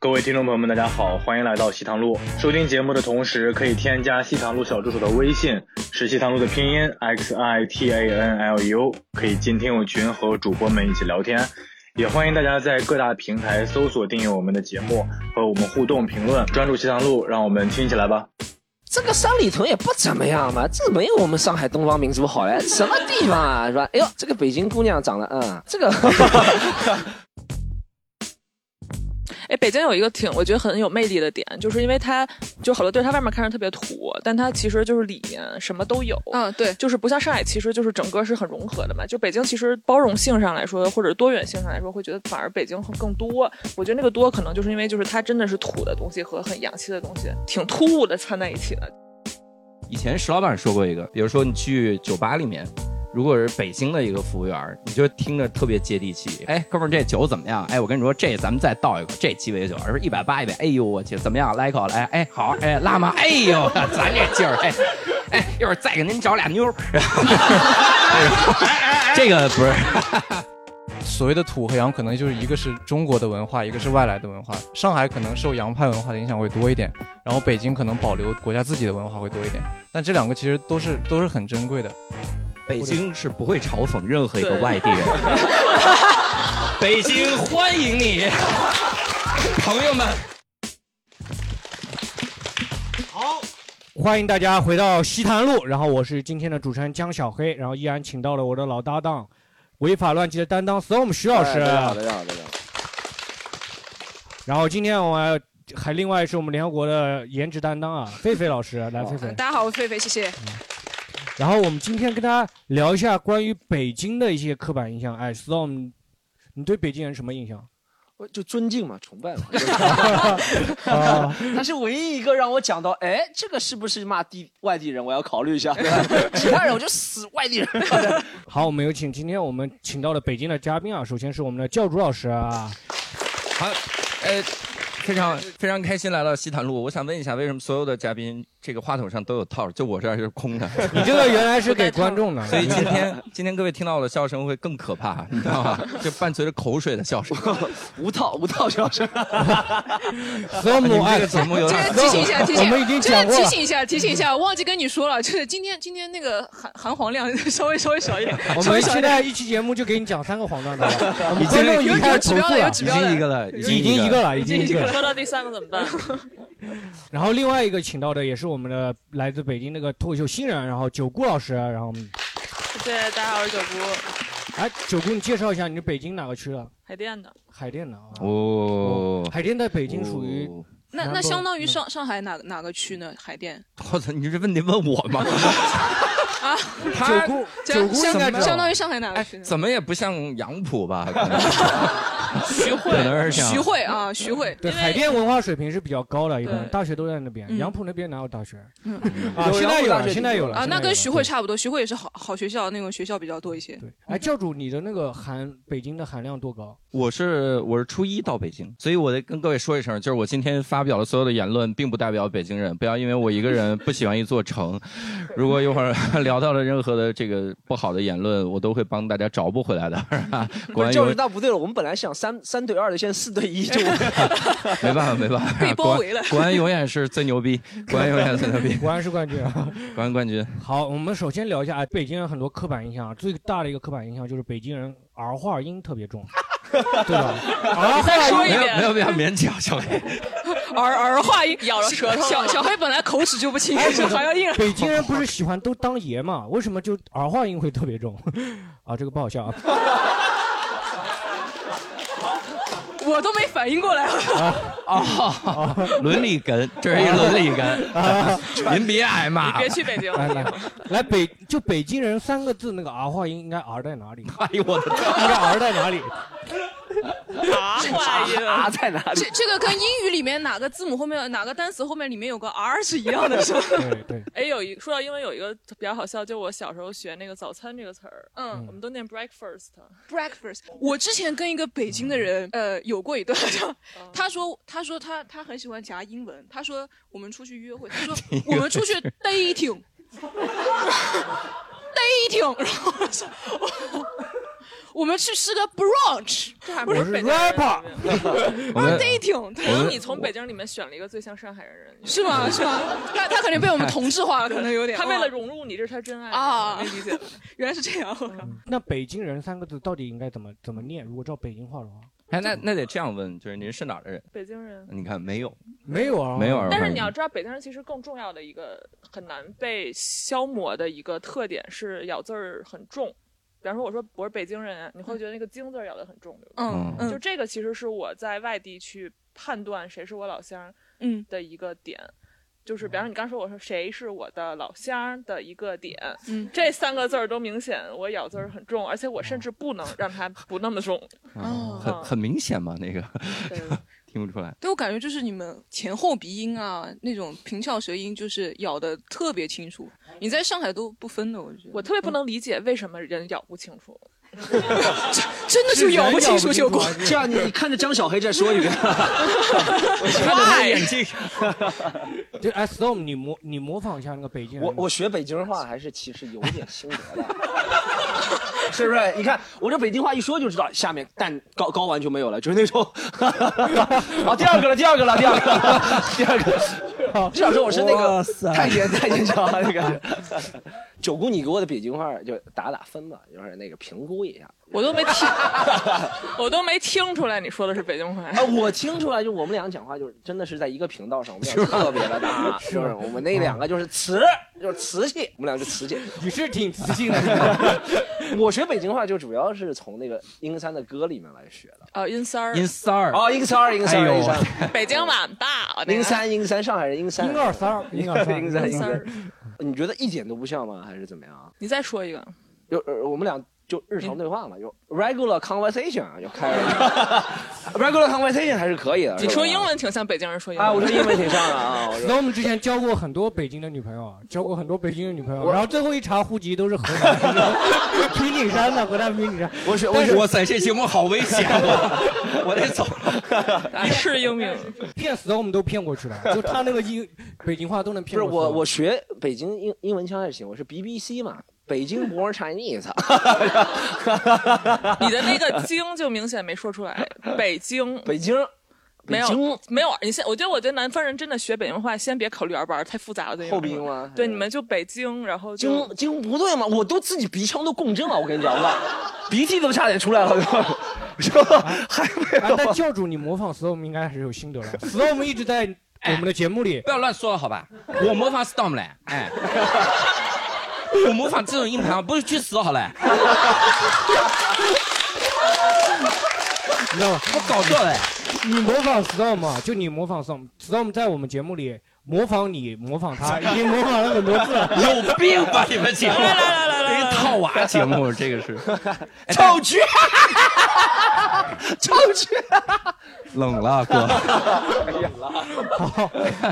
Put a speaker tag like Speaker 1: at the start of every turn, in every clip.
Speaker 1: 各位听众朋友们，大家好，欢迎来到西塘路。收听节目的同时，可以添加西塘路小助手的微信，是西塘路的拼音 x i t a n l u，可以进听友群和主播们一起聊天。也欢迎大家在各大平台搜索订阅我们的节目，和我们互动评论。专注西塘路，让我们听起来吧。
Speaker 2: 这个三里屯也不怎么样嘛，这没有我们上海东方明珠好嘞，什么地方啊，是吧？哎呦，这个北京姑娘长得，嗯，这个
Speaker 3: 哎，北京有一个挺我觉得很有魅力的点，就是因为它就好多地儿它外面看着特别土，但它其实就是里面什么都有。
Speaker 4: 嗯，对，
Speaker 3: 就是不像上海，其实就是整个是很融合的嘛。就北京其实包容性上来说，或者多元性上来说，会觉得反而北京会更多。我觉得那个多可能就是因为就是它真的是土的东西和很洋气的东西挺突兀的掺在一起的。
Speaker 5: 以前石老板说过一个，比如说你去酒吧里面，如果是北京的一个服务员，你就听着特别接地气。哎，哥们儿，这酒怎么样？哎，我跟你说，这咱们再倒一口，这鸡尾酒，而是一百八一百。哎呦，我去，怎么样？来一口，来，哎，好，哎，辣吗？哎呦， 咱这劲儿，哎，哎，一会儿再给您找俩妞儿。 这个不是，
Speaker 6: 所谓的土和洋，可能就是一个是中国的文化，一个是外来的文化。上海可能受洋派文化的影响会多一点，然后北京可能保留国家自己的文化会多一点。但这两个其实都是都是很珍贵的。
Speaker 5: 北京是不会嘲讽任何一个外地人。北京欢迎你， 朋友们。
Speaker 7: 欢迎大家回到西坛路，然后我是今天的主持人江小黑，然后依然请到了我的老搭档，违法乱纪的担当 Storm 徐老师。
Speaker 2: 哎
Speaker 7: 啊
Speaker 2: 好的，好的，
Speaker 7: 然后今天我们还另外是我们联合国的颜值担当啊，狒狒老师来，狒狒。
Speaker 4: 大家好，我是狒狒，谢谢。
Speaker 7: 嗯然后我们今天跟大家聊一下关于北京的一些刻板印象。哎，Storm，你对北京人什么印象？
Speaker 2: 我就尊敬嘛，崇拜嘛。
Speaker 7: 啊，
Speaker 2: 他是唯一一个让我讲到，哎，这个是不是骂地外地人？我要考虑一 下。其他人我就死外地人。
Speaker 7: 好，我们有请今天我们请到了北京的嘉宾啊，首先是我们的教主老师啊，
Speaker 5: 呃，非常非常开心来到西坛路。我想问一下，为什么所有的嘉宾这个话筒上都有套儿，就我这儿是空的？
Speaker 7: 你这个原来是给观众的，
Speaker 5: 所以 今天今天各位听到我的笑声会更可怕，你知道吗？就伴随着口水的笑声。
Speaker 2: 无套无套，徐 老师。
Speaker 5: 啊你
Speaker 7: Storm
Speaker 5: 们
Speaker 7: 哎
Speaker 5: 这个节目有
Speaker 4: 这
Speaker 5: 点
Speaker 4: 个提醒一下，提
Speaker 7: 我
Speaker 4: 醒，
Speaker 7: 们已经
Speaker 4: 真
Speaker 7: 讲
Speaker 4: 的
Speaker 7: 过
Speaker 4: 提
Speaker 7: 了
Speaker 4: 醒一下，提醒一下，我忘记跟你说了， 就是今天今天那个含含黄量稍微稍微少一点，
Speaker 7: 我
Speaker 4: 稍微
Speaker 7: 们
Speaker 4: 少一
Speaker 7: 现
Speaker 4: 点。
Speaker 7: 在一期节目就给你讲三个黄段子 了，我们
Speaker 5: 已
Speaker 7: 观
Speaker 5: 经
Speaker 7: 众已经
Speaker 4: 有
Speaker 7: 开始
Speaker 4: 有
Speaker 7: 投
Speaker 4: 指
Speaker 7: 诉
Speaker 4: 标了，有
Speaker 7: 了，
Speaker 4: 指
Speaker 5: 已经一。个了，已
Speaker 4: 标了
Speaker 7: 已经一个了，已经一个了。
Speaker 3: 说到第三个怎么办？
Speaker 7: 然后另外一个请到的也是我们的来自北京那个脱口秀新人，然后九姑老师，然后我们
Speaker 3: 对，大家好，我是九姑，
Speaker 7: 哎，九姑你介绍一下你是北京哪个区的？
Speaker 3: 海淀的。
Speaker 7: 海淀的啊。
Speaker 5: 哦，
Speaker 7: 海淀在北京属于
Speaker 5: 哦
Speaker 4: 那
Speaker 7: 然
Speaker 4: 那
Speaker 7: 后
Speaker 4: 相当于
Speaker 7: 嗯
Speaker 4: 上上海哪个哪个区呢？海淀
Speaker 5: 我操！你这问题问我吗？
Speaker 7: 九
Speaker 5: 他
Speaker 7: 姑，
Speaker 4: 相
Speaker 7: 九姑应该知道
Speaker 4: 相当于上海哪个
Speaker 5: 哎
Speaker 4: 区，呢？
Speaker 5: 怎么也不像杨浦吧？可能徐汇，可能是像
Speaker 4: 徐汇啊，徐汇。
Speaker 7: 对
Speaker 3: 因为
Speaker 7: 海淀文化水平是比较高的，一般
Speaker 3: 对
Speaker 7: 大学都在那边。
Speaker 4: 嗯
Speaker 7: 杨浦那边哪有大学？
Speaker 4: 嗯
Speaker 7: 啊，
Speaker 2: 有
Speaker 7: 现在有
Speaker 2: 杨浦大
Speaker 7: 了，
Speaker 2: 学
Speaker 7: 现在有了
Speaker 4: 啊，
Speaker 7: 现在
Speaker 4: 那
Speaker 7: 有了
Speaker 4: 跟徐汇差不多，徐汇也是好好学校，那种学校比较多一些。
Speaker 7: 对。哎，教主，你的那个含北京的含量多高？
Speaker 5: 我是我是初一到北京，所以我得跟各位说一声，就是我今天发表了所有的言论，并不代表北京人，不要因为我一个人不喜欢一座城。如果一会儿 聊到了任何的这个不好的言论，我都会帮大家找补回来的。果然
Speaker 2: 教
Speaker 5: 有
Speaker 2: 主，那不对了，我们本来想三三对二的，现在四对一， 就我
Speaker 5: 没办法，没办
Speaker 4: 被
Speaker 5: 法，
Speaker 4: 包
Speaker 5: 国
Speaker 4: 围了
Speaker 5: 安国安永远是最牛逼，国安永远最牛逼，
Speaker 7: 果然是冠军啊！
Speaker 5: 国安冠军。
Speaker 7: 好，我们首先聊一下啊，北京人很多刻板印象啊，最大的一个刻板印象就是北京人儿化音特别 重，对吧？儿
Speaker 4: 再
Speaker 7: 化
Speaker 4: 说
Speaker 7: 音
Speaker 4: 一
Speaker 5: 没有没
Speaker 4: 遍，
Speaker 5: 有必要勉强，小黑。
Speaker 4: 儿儿化音
Speaker 3: 咬了舌头
Speaker 4: 小小黑本来口齿就不清
Speaker 7: 哎，
Speaker 4: 还要硬。
Speaker 7: 北京人不是喜欢都当爷嘛？为什么就儿化音会特别重？ 啊，这个不 好笑啊！
Speaker 4: 我都没反应过来，
Speaker 7: 啊
Speaker 5: 哦，伦理哏，这是一伦理 哏，您别挨骂。
Speaker 3: 别去北京，
Speaker 7: 来来来，北就北京人三个字那个儿化音应该儿在哪里？应
Speaker 5: 哎呦我的天！
Speaker 7: 该儿在 哪里？
Speaker 3: 麻话音。
Speaker 2: 啊在哪里？
Speaker 4: 这这个跟英语里面哪个字母后面哪个单词后面里面有个 r 是一样的，是吧？
Speaker 7: 对对，
Speaker 3: 哎，有一说到英文有一个比较好笑，就我小时候学那个早餐这个词儿，
Speaker 4: 嗯
Speaker 3: 我们都念 breakfast，
Speaker 4: breakfast。我之前跟一个北京的人，呃，有过一段，他说，他说他他很喜欢夹英文，他说我们出去约会，他说我们 出去 dating，dating，然后我说我我们去吃个 brunch，
Speaker 3: 这还
Speaker 4: 不
Speaker 3: 是啊北京人
Speaker 7: rapper
Speaker 5: 我们
Speaker 4: dating，
Speaker 3: 可能你从北京里面选了一个最像上海人的人，
Speaker 4: 是吗？是吗？他他肯定被我们同质化了，可能有点。
Speaker 3: 他为
Speaker 4: 哦
Speaker 3: 了融入你，这是他真爱
Speaker 4: 啊
Speaker 3: 能理解。
Speaker 4: 原来是这样，
Speaker 2: 嗯
Speaker 7: 那北京人三个字到底应该怎么怎么念？如果照北京话的话，
Speaker 5: 哎，那那得这样问，就是您是哪儿的人？
Speaker 3: 北京人。
Speaker 5: 你看没有，
Speaker 7: 没有啊，
Speaker 5: 没有儿
Speaker 3: 但是
Speaker 5: 化
Speaker 3: 你
Speaker 5: 音
Speaker 3: 要知道，北京人其实更重要的一个很难被消磨的一个特点是咬字儿很重。比方说，我说我是北京人，你会觉得那个京字儿咬得很重，对吧？
Speaker 4: 嗯
Speaker 5: 嗯
Speaker 3: 就这个其实是我在外地去判断谁是我老乡
Speaker 4: 嗯
Speaker 3: 的一个点，就是
Speaker 2: 哦
Speaker 3: 比方说你刚说我说谁是我的老乡的一个点，
Speaker 4: 嗯
Speaker 3: 这三个字儿都明显我咬字儿很重，而且我
Speaker 2: 哦
Speaker 3: 甚至 不能让它不那么重。
Speaker 5: 嗯
Speaker 4: 哦
Speaker 5: 很很明显嘛，那个
Speaker 3: 对
Speaker 5: 听不出来。
Speaker 4: 对我感觉就是你们前后鼻音啊，那种平翘舌音，就是咬的特别清楚。你在上海都不分的，我觉得。嗯
Speaker 3: 我特别不能理解为什么人咬不清楚，
Speaker 4: 真的就咬不清楚就过。
Speaker 2: 这样你你看着江小黑再说 一遍，
Speaker 5: 看着他的眼睛，
Speaker 7: 就哎，Storm，你模你模仿一下那个北京人。
Speaker 2: 我我学北京话还是其实有点心得 的，是不是？你看我这北京话一说就知道，下面蛋高高完就没有了，就是那种。好，第二个了，第二个了，第二个了，第二 个。这小时候我是那
Speaker 7: 哇
Speaker 2: 个
Speaker 7: 塞
Speaker 2: 太监太监长那个。九姑，你给我的北京话就打打分吧，就是那个评估一下。
Speaker 3: 我都没 听，我都没听出来你说的是北京话。
Speaker 2: 啊，我听出来，就我们俩讲话，就是真的是在一个频道上，我们俩特别的搭，就是我们那两个就是瓷，就是瓷器，我们俩就瓷器。
Speaker 7: 你是挺自信的，
Speaker 2: 我学北京话就主要是从那个英三的歌里面来学的。
Speaker 3: 呃，音三儿，
Speaker 5: 音三儿，
Speaker 2: 哦，英三，英
Speaker 5: 哎
Speaker 2: 三，
Speaker 5: 呦
Speaker 2: 英三，
Speaker 3: 北京晚大，啊
Speaker 2: 英三，英三，上海人，英三，
Speaker 7: 英二三儿，英二三儿，
Speaker 2: 英三，英
Speaker 3: 三
Speaker 2: 三
Speaker 3: 儿。
Speaker 2: 你觉得一点都不像吗？还是怎么样？
Speaker 3: 你再说一个，
Speaker 2: 就呃我们俩就日
Speaker 3: 嗯
Speaker 2: 常对话嘛，就 regular conversation 啊就开始了 regular conversation 还是可以的。
Speaker 3: 你说
Speaker 2: 是吧
Speaker 3: 英文挺像北京人说英文。
Speaker 2: 啊？我说英文挺像的啊，我说
Speaker 7: 然后我们之前交过很多北京的女朋友啊，交过很多北京的女朋友，
Speaker 2: 我
Speaker 7: 然后最后一查户籍都是河南的， 平顶山的，河南平顶山。
Speaker 2: 我学我学
Speaker 5: 哇塞，这节目好危险啊！ 我得走。
Speaker 3: 啊是英明，
Speaker 7: 骗死我们都骗过去了，就他那个英北京话都能
Speaker 2: 不
Speaker 7: 骗
Speaker 2: 是
Speaker 7: 过去。
Speaker 2: 我我学北京英英文腔还行，我是 BBC 嘛，北京 born Chinese。
Speaker 3: 你的那个京就明显没说 出来，北京。
Speaker 2: 北京，北
Speaker 3: 没有
Speaker 2: 京
Speaker 3: 没有，你先，我觉得，我觉得南方人真的学北京话，先别考虑儿玩，太复杂了。对
Speaker 2: 后鼻音吗？
Speaker 3: 对，你们就北京，然后就
Speaker 2: 京京不对吗？我都自己鼻腔都共振了，我跟你讲吧，鼻涕都差点出来了， 说还
Speaker 7: 啊
Speaker 2: 没，有
Speaker 7: 但。教主你模仿 storm 应该还是有心得的。storm 一直在我们的节目里，
Speaker 5: 不要乱说好吧？我模仿 Storm 嘞，哎，我模仿这种硬盘，不是去死好嘞？
Speaker 7: 你知道吗？
Speaker 5: 我搞错嘞，
Speaker 7: 你模仿 storm 啊，就你模仿 storm，storm 在我们节目里模仿你，模仿 他，已经模仿了很多次了。
Speaker 5: 有病吧你们节目？来来来来来，套娃节目这个是
Speaker 2: 臭菊，臭菊，
Speaker 5: 冷了哥。
Speaker 7: 好，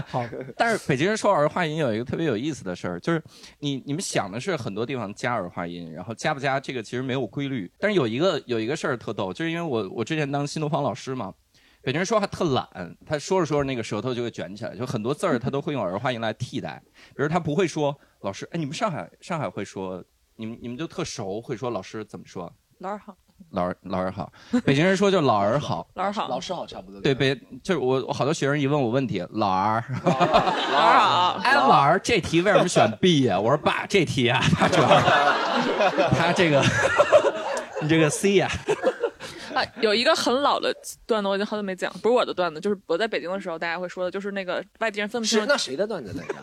Speaker 7: 好，
Speaker 5: 但是北京人说儿化音有一个特别有意思的事儿，就是你你们想的是很多地方加儿化音，然后加不加这个其实没有规律。但是有一个有一个事儿特逗，就是因为我我之前当新东方老师嘛，北京人说话特懒，他说着说着那个舌头就会卷起来，就很多字儿他都会用儿化音来替代。比如他不会说老师，哎，你们上海上海会说，你们你们就特熟会说老师怎么说？
Speaker 3: 老师好，
Speaker 5: 老儿老儿好，北京人说就老儿好。
Speaker 3: 老师好，
Speaker 2: 老师好，差不多。
Speaker 5: 对，北就是我，我好多学生一问我问题，老儿，
Speaker 3: 老师好，
Speaker 5: 哎，老儿，这题为什么选 B 呀、我说爸，这题啊，他主要他这个你这个 C 呀、
Speaker 3: 啊，有一个很老的段子，我已经好久没讲，不是我的段子，就是我在北京的时候，大家会说的，就是那个外地人分不清
Speaker 2: 是，那谁的段子在呀？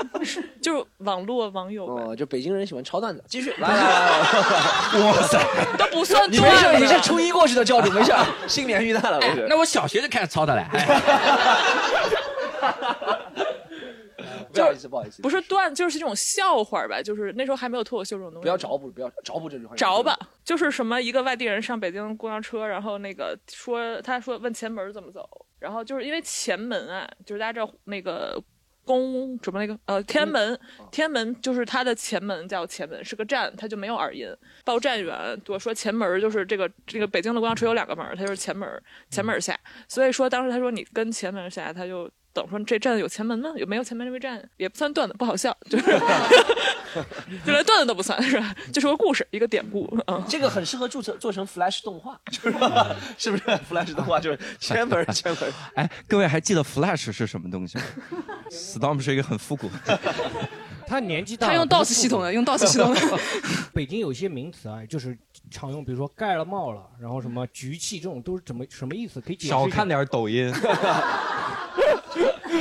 Speaker 3: 就是网络网友吧，
Speaker 2: 哦，就北京人喜欢抄段子，继续来来来来，
Speaker 5: 哇塞！
Speaker 3: 都 不算
Speaker 2: 你没
Speaker 3: 段
Speaker 2: 事，
Speaker 3: 子。
Speaker 2: 你这初一过去的教主没事，新年遇难了没
Speaker 5: 哎
Speaker 2: 事。
Speaker 5: 那我小学就开始抄 他了。哎、
Speaker 2: 不好意思，不好意思，
Speaker 3: 不是段，就是这种笑话吧，就是那时候还没有脱口秀这种东西。
Speaker 2: 不要找补，不要找补这句话。
Speaker 3: 着吧，就是什么一个外地人上北京公交车，然后那个说他说问前门怎么走，然后就是因为前门啊，就是大家知道那个宫什么那个呃天安门，
Speaker 2: 嗯
Speaker 3: 天安门就是它的前门叫前门，是个站，它就没有耳音。报站员我说前门就是这个这个北
Speaker 2: 嗯
Speaker 3: 京的公交车有两个门，它就是前门前门下，所以说当时他说你跟前门下，他就等说这站有前门吗？有没有前门这位站也不算段子，不好笑， 就是就连段子都不算，是吧？就是个故事，一个典故。嗯，
Speaker 2: 这个很适合做成做成 Flash 动画， 就是是不是 Flash 动画 就是前门前门。
Speaker 5: 哎，各位还记得 Flash 是什么东西吗？Storm 是一个很复古的，
Speaker 7: 他年纪大了，
Speaker 4: 他用 DOS 系统的用 DOS 系统的。
Speaker 7: 北京有一些名词啊，就是常用，比如说盖了帽了，然后什么局气这种都是怎么什么意思？可以解释一下。
Speaker 5: 少看点抖音。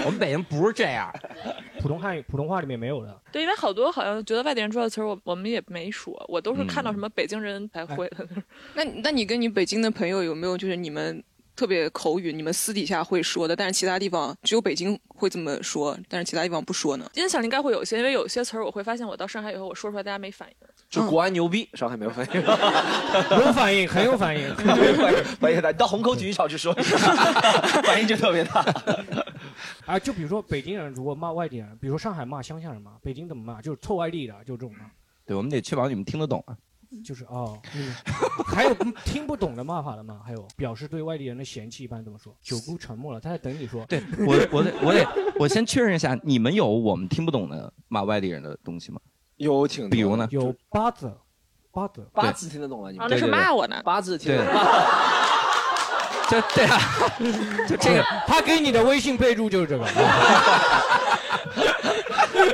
Speaker 5: 我们北京不是这样，
Speaker 7: 普通汉语普通话里面没有的。
Speaker 3: 对，因为好多好像觉得外地人知道的词儿，我我们也没说，我都是看
Speaker 2: 嗯
Speaker 3: 到什么北京人才会的。
Speaker 2: 哎
Speaker 4: 那你那你跟你北京的朋友有没有就是你们特别口语，你们私底下会说的，但是其他地方只有北京会这么说，但是其他地方不说呢？
Speaker 3: 印象里应该会有一些，因为有些词儿我会发现，我到上海以后我说出来大家没反应。
Speaker 2: 就国安牛逼，上海没有反 应，
Speaker 7: 有反应，很有反 应。
Speaker 2: 反应大。你到虹口体育场去说， 反应就特别大。
Speaker 7: 啊，就比如说北京人如果骂外地人，比如说上海骂乡下人骂，北京怎么骂？就是臭外地的，就这种骂。
Speaker 5: 对，我们得确保你们听得懂啊。
Speaker 7: 就是哦，嗯还有听不懂的骂法的吗？还有表示对外地人的嫌弃，一般怎么说？九姑沉默了，他在等你说。
Speaker 5: 对我，我得，我得，我先确认一下，你们有我们听不懂的骂外地人的东西吗？
Speaker 2: 有挺
Speaker 5: 比如呢？
Speaker 7: 有八字，八 字，
Speaker 2: 八字听得懂了，你
Speaker 3: 啊
Speaker 2: 们，
Speaker 3: 那
Speaker 5: 对
Speaker 3: 是
Speaker 5: 对对
Speaker 3: 骂我呢。
Speaker 2: 八字听得懂
Speaker 5: 对。 就对啊，就这 个
Speaker 7: 他给你的微信备注就是这个。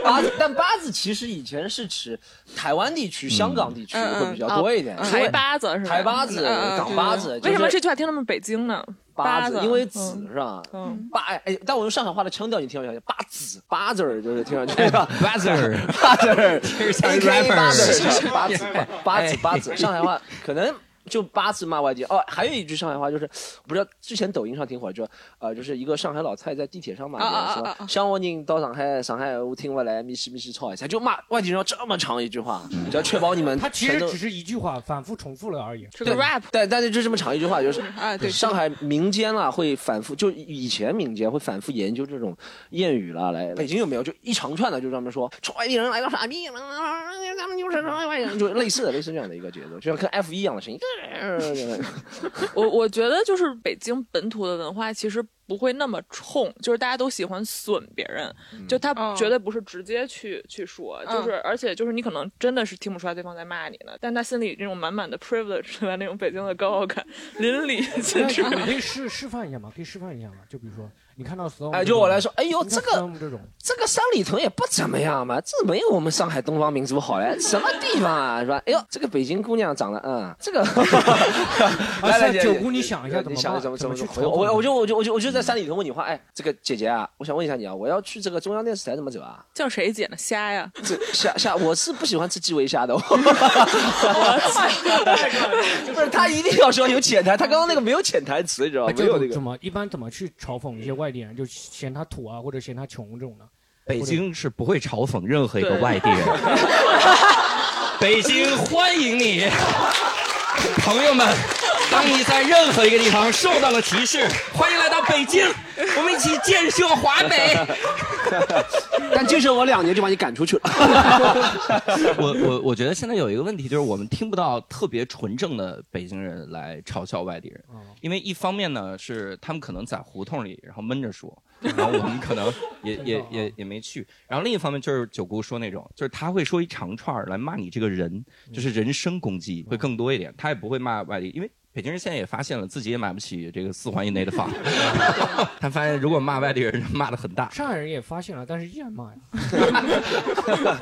Speaker 2: 八字，但八字其实以前是指台湾地区、香港地区会比较多一点，因为
Speaker 3: 台八子是吧？
Speaker 2: 台八字、
Speaker 3: 嗯嗯
Speaker 2: 港八字。
Speaker 3: 为什么
Speaker 2: 就是
Speaker 3: 这句话听那么北京呢？
Speaker 2: 八
Speaker 3: 字
Speaker 2: 字？，因为子是吧？
Speaker 3: 嗯，
Speaker 2: 八哎哎，但我用上海话的腔调，你听上去八字八字儿就是听上去是吧？
Speaker 5: buzzer，
Speaker 2: 八字儿，
Speaker 5: 这像
Speaker 2: AKA 八
Speaker 5: rapper
Speaker 2: 字是吧八字八字八字，上海话可能。就八字骂外地哦，还有一句上海话就是，我不知道之前抖音上挺火，就呃，就是一个上海老蔡在地铁上骂
Speaker 3: 啊啊
Speaker 2: 人，
Speaker 3: 啊
Speaker 2: 什
Speaker 3: 啊
Speaker 2: 么乡下人到上海，上海我听不来，咪西咪西吵一下，就骂外地人要这么长一句话，只要确保你们
Speaker 7: 他其
Speaker 2: 全
Speaker 7: 实
Speaker 2: 都
Speaker 7: 只是一句话反复重复了而已。
Speaker 3: 是个 rap。
Speaker 2: 但但是就这么长一句话，就是
Speaker 4: 啊，对，
Speaker 2: 上海民间啦、会反复，就以前民间会反复研究这种谚语啦，来北京有没有就一长串的，就专门说说外地人来到傻逼，咱们就是外地人，就类似的类似这样的一个节奏，就像跟 F 一样的声音。
Speaker 3: 我我觉得就是北京本土的文化其实不会那么冲，就是大家都喜欢损别人，就他
Speaker 4: 嗯
Speaker 3: 绝对不是直接去、去说，
Speaker 4: 嗯
Speaker 3: 就是而且就是你可能真的是听不出来对方在骂你呢，但他心里那种满满的 privilege 对吧，那种北京的高傲感淋漓尽致。
Speaker 7: 你可以示示范一下吗？可以示范一下吗？就比如说，你看到 storm，
Speaker 2: 哎，就我来说，哎呦，
Speaker 7: 你看
Speaker 2: 这个
Speaker 7: storm 这 种，
Speaker 2: 这个三里屯也不怎么样嘛，这没有我们上海东方明珠好嘞，什么地方啊，是吧？哎呦，这个北京姑娘长得，嗯，这个，来来，
Speaker 7: 是
Speaker 2: 姐
Speaker 7: 九
Speaker 2: 姐
Speaker 7: 姑你想一下怎么
Speaker 2: 你想
Speaker 7: 骂
Speaker 2: 怎么
Speaker 7: 怎
Speaker 2: 怎
Speaker 7: 么
Speaker 2: 么
Speaker 7: 去
Speaker 2: 去
Speaker 7: 嘲
Speaker 2: 回
Speaker 7: 讽
Speaker 2: 我我我就我就我就我就在山里头问你话，哎，这个姐姐啊，我想问一下你啊，我要去这个中央电视台怎么走啊？
Speaker 3: 叫谁姐呢？瞎呀！
Speaker 2: 这下下我是不喜欢吃基围虾的，不是他一定要说有潜台，他刚刚那个没有潜台词，你知道啊吗？没有
Speaker 7: 哎就
Speaker 2: 那
Speaker 7: 是
Speaker 2: 哎个
Speaker 7: 怎。么一般怎么去嘲讽一些外地人，就嫌他土啊，或者嫌他穷这种的。
Speaker 5: 北京是不会嘲讽任何一个外地人。 北京欢迎你，朋友们！当你在任何一个地方受到了歧视，欢迎来到北京，我们一起建设华北。
Speaker 2: 但就是我两年就把你赶出去了。
Speaker 5: 我我我觉得现在有一个问题，就是我们听不到特别纯正的北京人来嘲笑外地人，因为一方面呢是他们可能在胡同里然后闷着说，然后我们可能也也也也没去，然后另一方面就是九姑说那种，就是他会说一长串儿来骂你这个人，就是人身攻击会更多一点，他也不会骂外地，因为。北京人现在也发现了，自己也买不起这个四环以内的房。 他发现，如果骂外地人，骂的很大。
Speaker 7: 上海人也发现了，但是依然骂呀。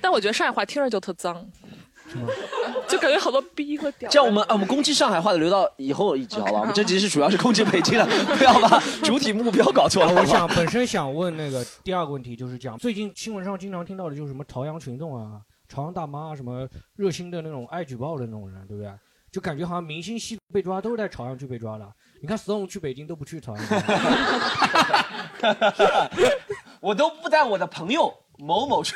Speaker 3: 但我觉得上海话听着就特脏，就感觉好多逼和屌。
Speaker 2: 这样我们啊，我们攻击上海话的留到以后一集好吧？我们这集是主要是攻击北京的， 不要把主体目标搞错了。
Speaker 7: 我想本身想问那个第二个问题，就是讲最近新闻上经常听到的就是什么朝阳群众啊、朝阳大妈啊，什么热心的那种爱举报的那种人，对不对？就感觉好像明星系被抓都是在朝阳区被抓的。你看 Stone 去北京都不去朝阳区，
Speaker 2: 我都不带我的朋友某某去。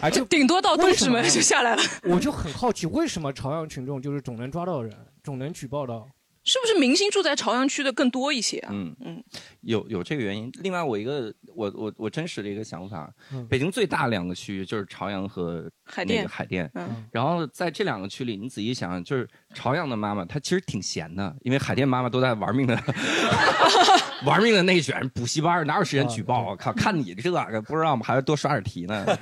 Speaker 7: 哎，就
Speaker 4: 顶 多到东直门
Speaker 7: 为什么呀
Speaker 4: 就下来了。
Speaker 7: 我就很好奇，为什么朝阳群众就是总能抓到人，总能举报到？
Speaker 4: 是不是明星住在朝阳区的更多一些啊？
Speaker 5: 嗯
Speaker 4: 嗯，
Speaker 5: 有有这个原因。另外，我一个我我我真实的一个想法
Speaker 7: 嗯，
Speaker 5: 北京最大两个区域就是朝阳和
Speaker 4: 海
Speaker 5: 那
Speaker 4: 淀
Speaker 5: 个海淀。
Speaker 4: 嗯
Speaker 5: 然后在这两个区里，你仔细想想，就是朝阳的妈妈她其实挺闲的，因为海淀妈妈都在玩命 的玩命的内卷补习班，哪有时间举报？
Speaker 4: 嗯
Speaker 5: 我靠，看你这个不知道吗？还要多刷点题呢。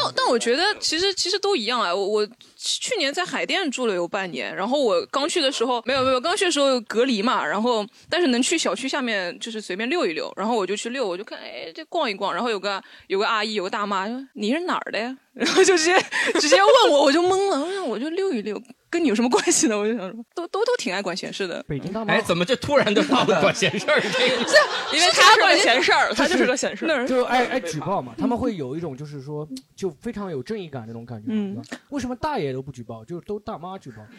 Speaker 4: 但但我觉得其实其实都一样啊。我我去年在海淀住了有半年，然后我刚去的时候没有没有，刚去的时候隔离嘛，然后但是能去小区下面就是随便溜一溜，然后我就去溜，我就看哎这逛一逛，然后有个有个阿姨有个大妈，说你是哪儿的呀？然后就直接直接问我，我就懵了，我想我就溜一溜，跟你有什么关系呢？我就想说都都都挺爱管闲事的。
Speaker 7: 北京大妈
Speaker 5: 哎，怎么就突然就到了管闲事儿这个？
Speaker 3: 因为 他管闲事儿，
Speaker 7: 他
Speaker 3: 他
Speaker 7: 就
Speaker 3: 就是是个闲事儿。
Speaker 4: 那人
Speaker 7: 就爱爱举报嘛，他们会有一种就是说，就非常有正义感那种感觉。
Speaker 4: 嗯
Speaker 7: 对吧，为什么大爷都不举报，就都大妈举报？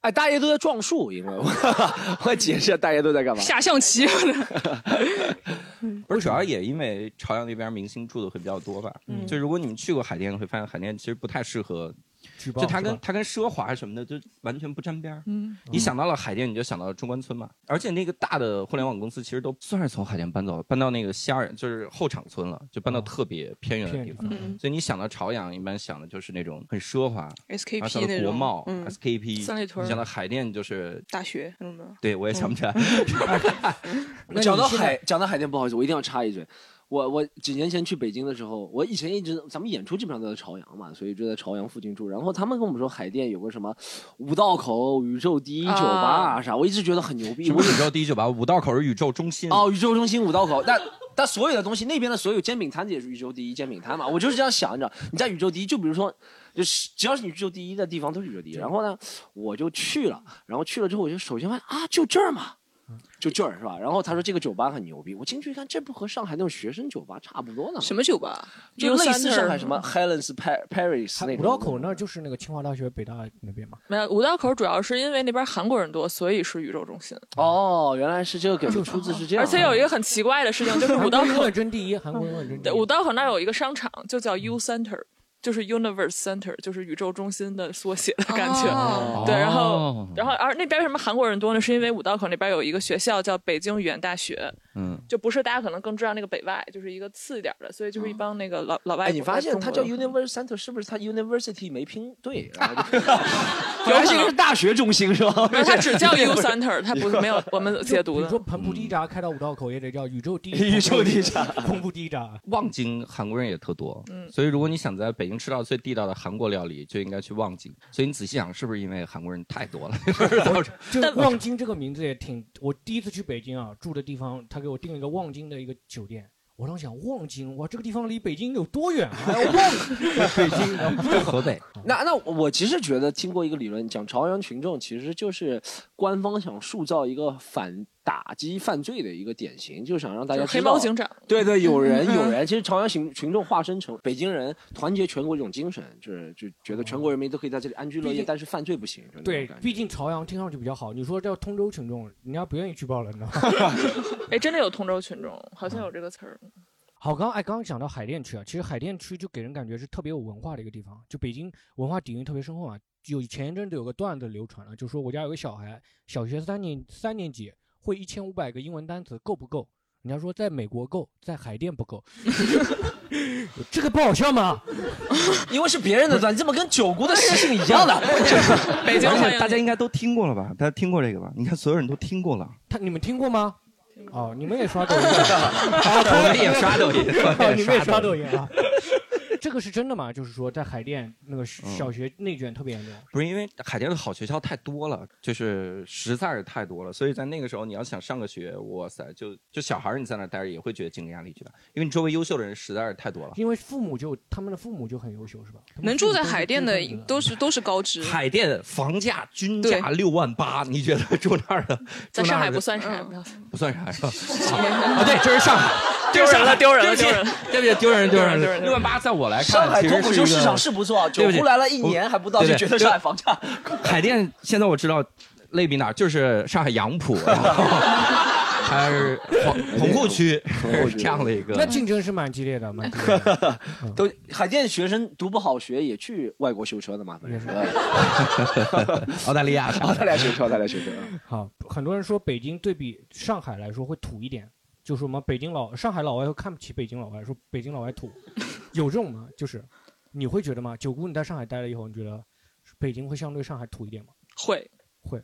Speaker 2: 哎，大爷都在撞树，因为我我解释大爷都在干嘛？
Speaker 4: 下象棋，
Speaker 5: 不是，主要也因为朝阳那边明星住的会比较多吧。
Speaker 4: 嗯
Speaker 5: 就如果你们去过海淀，会发现海淀其实不太适合，
Speaker 7: 举报
Speaker 5: 就它
Speaker 7: 是吧
Speaker 5: 跟它跟奢华什么的就完全不沾边儿。
Speaker 3: 嗯，
Speaker 5: 你想到了海淀，你就想到了中关村嘛。而且那个大的互联网公司其实都算是从海淀搬走，搬到那个西二，就是后场村了，就搬到特别偏远的地方。
Speaker 7: 哦偏
Speaker 4: 嗯
Speaker 5: 所以你想到朝阳，一般想的就是那种很奢华，然后想
Speaker 4: SKP
Speaker 5: 到
Speaker 4: 那
Speaker 5: 国
Speaker 4: 种
Speaker 5: 贸、
Speaker 4: 嗯
Speaker 5: SKP，
Speaker 3: 三里屯
Speaker 5: 你想到海淀就是，
Speaker 4: 大学那种的。
Speaker 5: 对我也想不起来。
Speaker 7: 嗯 那你
Speaker 2: 讲到
Speaker 7: 现在
Speaker 2: 海，讲到海淀，不好意思，我一定要插一句。我我几年前去北京的时候，我以前一直咱们演出基本上都在朝阳嘛，所以就在朝阳附近住。然后他们跟我们说海淀有个什么五道口宇宙第一酒吧啊啥，我一直觉得很牛逼。
Speaker 5: 什
Speaker 2: 我
Speaker 5: 么宇宙第一酒吧？五道口是宇宙中心。
Speaker 2: 哦，宇宙中心五道口，但但所有的东西那边的所有煎饼摊子也是宇宙第一煎饼摊嘛，我就是这样想，你知道？你在宇宙第一，就比如说，就是只要是宇宙第一的地方都是宇宙第一。然后呢，我就去了，然后去了之后，我就首先发现啊，就这儿嘛。就这儿是吧？然后他说这个酒吧很牛逼，我进去一看，这不和上海那种学生酒吧差不多呢，
Speaker 4: 什么酒吧？
Speaker 2: 就类似上海
Speaker 4: Center
Speaker 2: 什么 Helen's Pa- Paris 那
Speaker 7: 海
Speaker 2: 种。
Speaker 7: 五道口那儿就是那个清华大学、北大那边嘛，
Speaker 3: 没有五道口主要是因为那边韩国人多，所以是宇宙中心。
Speaker 2: 哦，原来是这个出自是这样啊
Speaker 3: 而
Speaker 2: 的，
Speaker 3: 且有一个很奇怪的事情，就是五
Speaker 7: 韩国
Speaker 3: 道
Speaker 7: 人
Speaker 3: 口
Speaker 7: 问真第一，韩国人问真第
Speaker 3: 对，
Speaker 7: 一。
Speaker 3: 五道口那儿有一个商场，就叫 U Center，就是 Universe Center，就是宇宙中心的缩写的感觉。
Speaker 4: 哦
Speaker 3: 对，然后
Speaker 5: 哦，
Speaker 3: 然后而那边为什么韩国人多呢？是因为五道口那边有一个学校叫北京语言大学，
Speaker 5: 嗯，
Speaker 3: 就不是大家可能更知道那个北外，就是一个次一点的，所以就是一帮那个老老外
Speaker 2: 哎，
Speaker 3: 国。
Speaker 2: 你发现
Speaker 3: 中
Speaker 2: 它
Speaker 3: 国
Speaker 2: 叫
Speaker 3: 人
Speaker 2: Universe Center 是不是它 University 没拼对？然后就
Speaker 3: 有可 能
Speaker 2: 大学中心 是吧？
Speaker 3: 没有，它只叫 U Center，它不是没有 我们
Speaker 7: 就
Speaker 3: 解读
Speaker 7: 比如说
Speaker 3: 的。
Speaker 7: 彭浦第一闸开到五道口也得叫宇宙第一，
Speaker 2: 宇宙第一闸，
Speaker 7: 彭浦第一闸。
Speaker 5: 望京韩国人也特多，
Speaker 3: 嗯
Speaker 5: 所以如果你想在北京吃到最地道的韩国料理，就应该去望京。所以你仔细想，是不是因为韩国人太多了？
Speaker 7: 就
Speaker 3: 但
Speaker 7: 望京这个名字也挺，我第一次去北京啊，住的地方他给我订了一个望京的一个酒店。我当时想，望京，哇，这个地方离北京有多远啊？ 还要望北京，然后
Speaker 5: 河北，
Speaker 2: 那那我其实觉得听过一个理论，讲朝阳群众其实就是官方想塑造一个反打击犯罪的一个典型，就想让大
Speaker 3: 就
Speaker 2: 家
Speaker 3: 是
Speaker 2: 知
Speaker 3: 黑
Speaker 2: 道
Speaker 3: 猫。警长，
Speaker 2: 对对，有 人有人，其实朝阳群群众化身成北京人，团结全国一种精神，就是就觉得全国人民都可以在这里安居乐
Speaker 7: 毕
Speaker 2: 业，
Speaker 7: 竟
Speaker 2: 但是犯罪不行。就那种
Speaker 7: 对
Speaker 2: 感，觉
Speaker 7: 毕竟朝阳听上去比较好。你说叫通州群众，人家不愿意举报了， 你知道吗？
Speaker 3: 哎，真的有通州群众，好像有这个词儿。
Speaker 7: 好，刚哎，刚刚讲到海淀区啊，其实海淀区就给人感觉是特别有文化的一个地方，就北京文化底蕴特别深厚啊。有前一阵子有个段子流传了，就说我家有个小孩，小学三年三年级会一千五百个英文单词，够不够？人家说在美国够，在海淀不够， 这个不好笑吗？
Speaker 2: 因为是别人的段，你怎么跟九姑的习性一样 的？
Speaker 3: 北京欢迎
Speaker 5: 大家应该都听过了吧？大家听过这个吧？你看，所有人都听过了，
Speaker 7: 他你们听过吗？哦，你们也刷抖音，
Speaker 5: 我们也刷抖音，
Speaker 7: 哦， 你们也刷
Speaker 5: 音。
Speaker 7: 抖音啊？这个是真的吗？就是说在海淀那个
Speaker 5: 嗯
Speaker 7: 小学内卷特别严重，
Speaker 5: 不是因为海淀的好学校太多了，就是实在是太多了，所以在那个时候你要想上个学，哇塞，就就小孩儿你在那待着也会觉得竞争压力巨大，因为你周围优秀的人实在是太多了。
Speaker 7: 因为父母就他们的父母就很优秀，是吧？他们
Speaker 4: 能
Speaker 7: 父母
Speaker 4: 住在
Speaker 7: 都是
Speaker 4: 海淀的
Speaker 7: 知识分子
Speaker 4: 都是都是高知，
Speaker 5: 海淀房价均价六万八，你觉得住那儿的
Speaker 3: 在上海不
Speaker 5: 算？
Speaker 3: 算啥，
Speaker 4: 嗯
Speaker 3: 不要
Speaker 5: 不算啥 是吧？啊，对，这是上海，
Speaker 3: 丢人了，丢人了，丢人了。
Speaker 5: 对不起，丢人，丢人
Speaker 3: 丢人丢人
Speaker 5: 六万八，在我来看，
Speaker 2: 上海
Speaker 5: 其
Speaker 2: 脱
Speaker 5: 实
Speaker 2: 口
Speaker 5: 是
Speaker 2: 秀
Speaker 5: 一
Speaker 2: 市
Speaker 5: 个
Speaker 2: 场是不错，
Speaker 5: 对
Speaker 2: 九
Speaker 5: 不起
Speaker 2: 姑来了一年还不到，
Speaker 5: 对
Speaker 2: 就
Speaker 5: 对
Speaker 2: 觉得上海房价
Speaker 5: 海淀。现在我知道类比哪儿，就是上海杨浦，然后它是皇棚户区
Speaker 2: 棚户，区
Speaker 5: 这样的一个。
Speaker 7: 那竞争是蛮激烈的，蛮激烈的。
Speaker 2: 都海淀学生读不好学也去外国修车的嘛，反正是
Speaker 5: 澳大利亚，
Speaker 2: 澳大利亚修车，澳大利亚啊修车。
Speaker 7: 好，很多人说北京对比上海来说会土一点，就是我们北京老上海老外会看不起北京老外，说北京老外 土，有这种吗？就是你会觉得吗？九姑你在上海待了以后，你觉得北京会相对上海土一点吗？
Speaker 3: 会
Speaker 7: 会，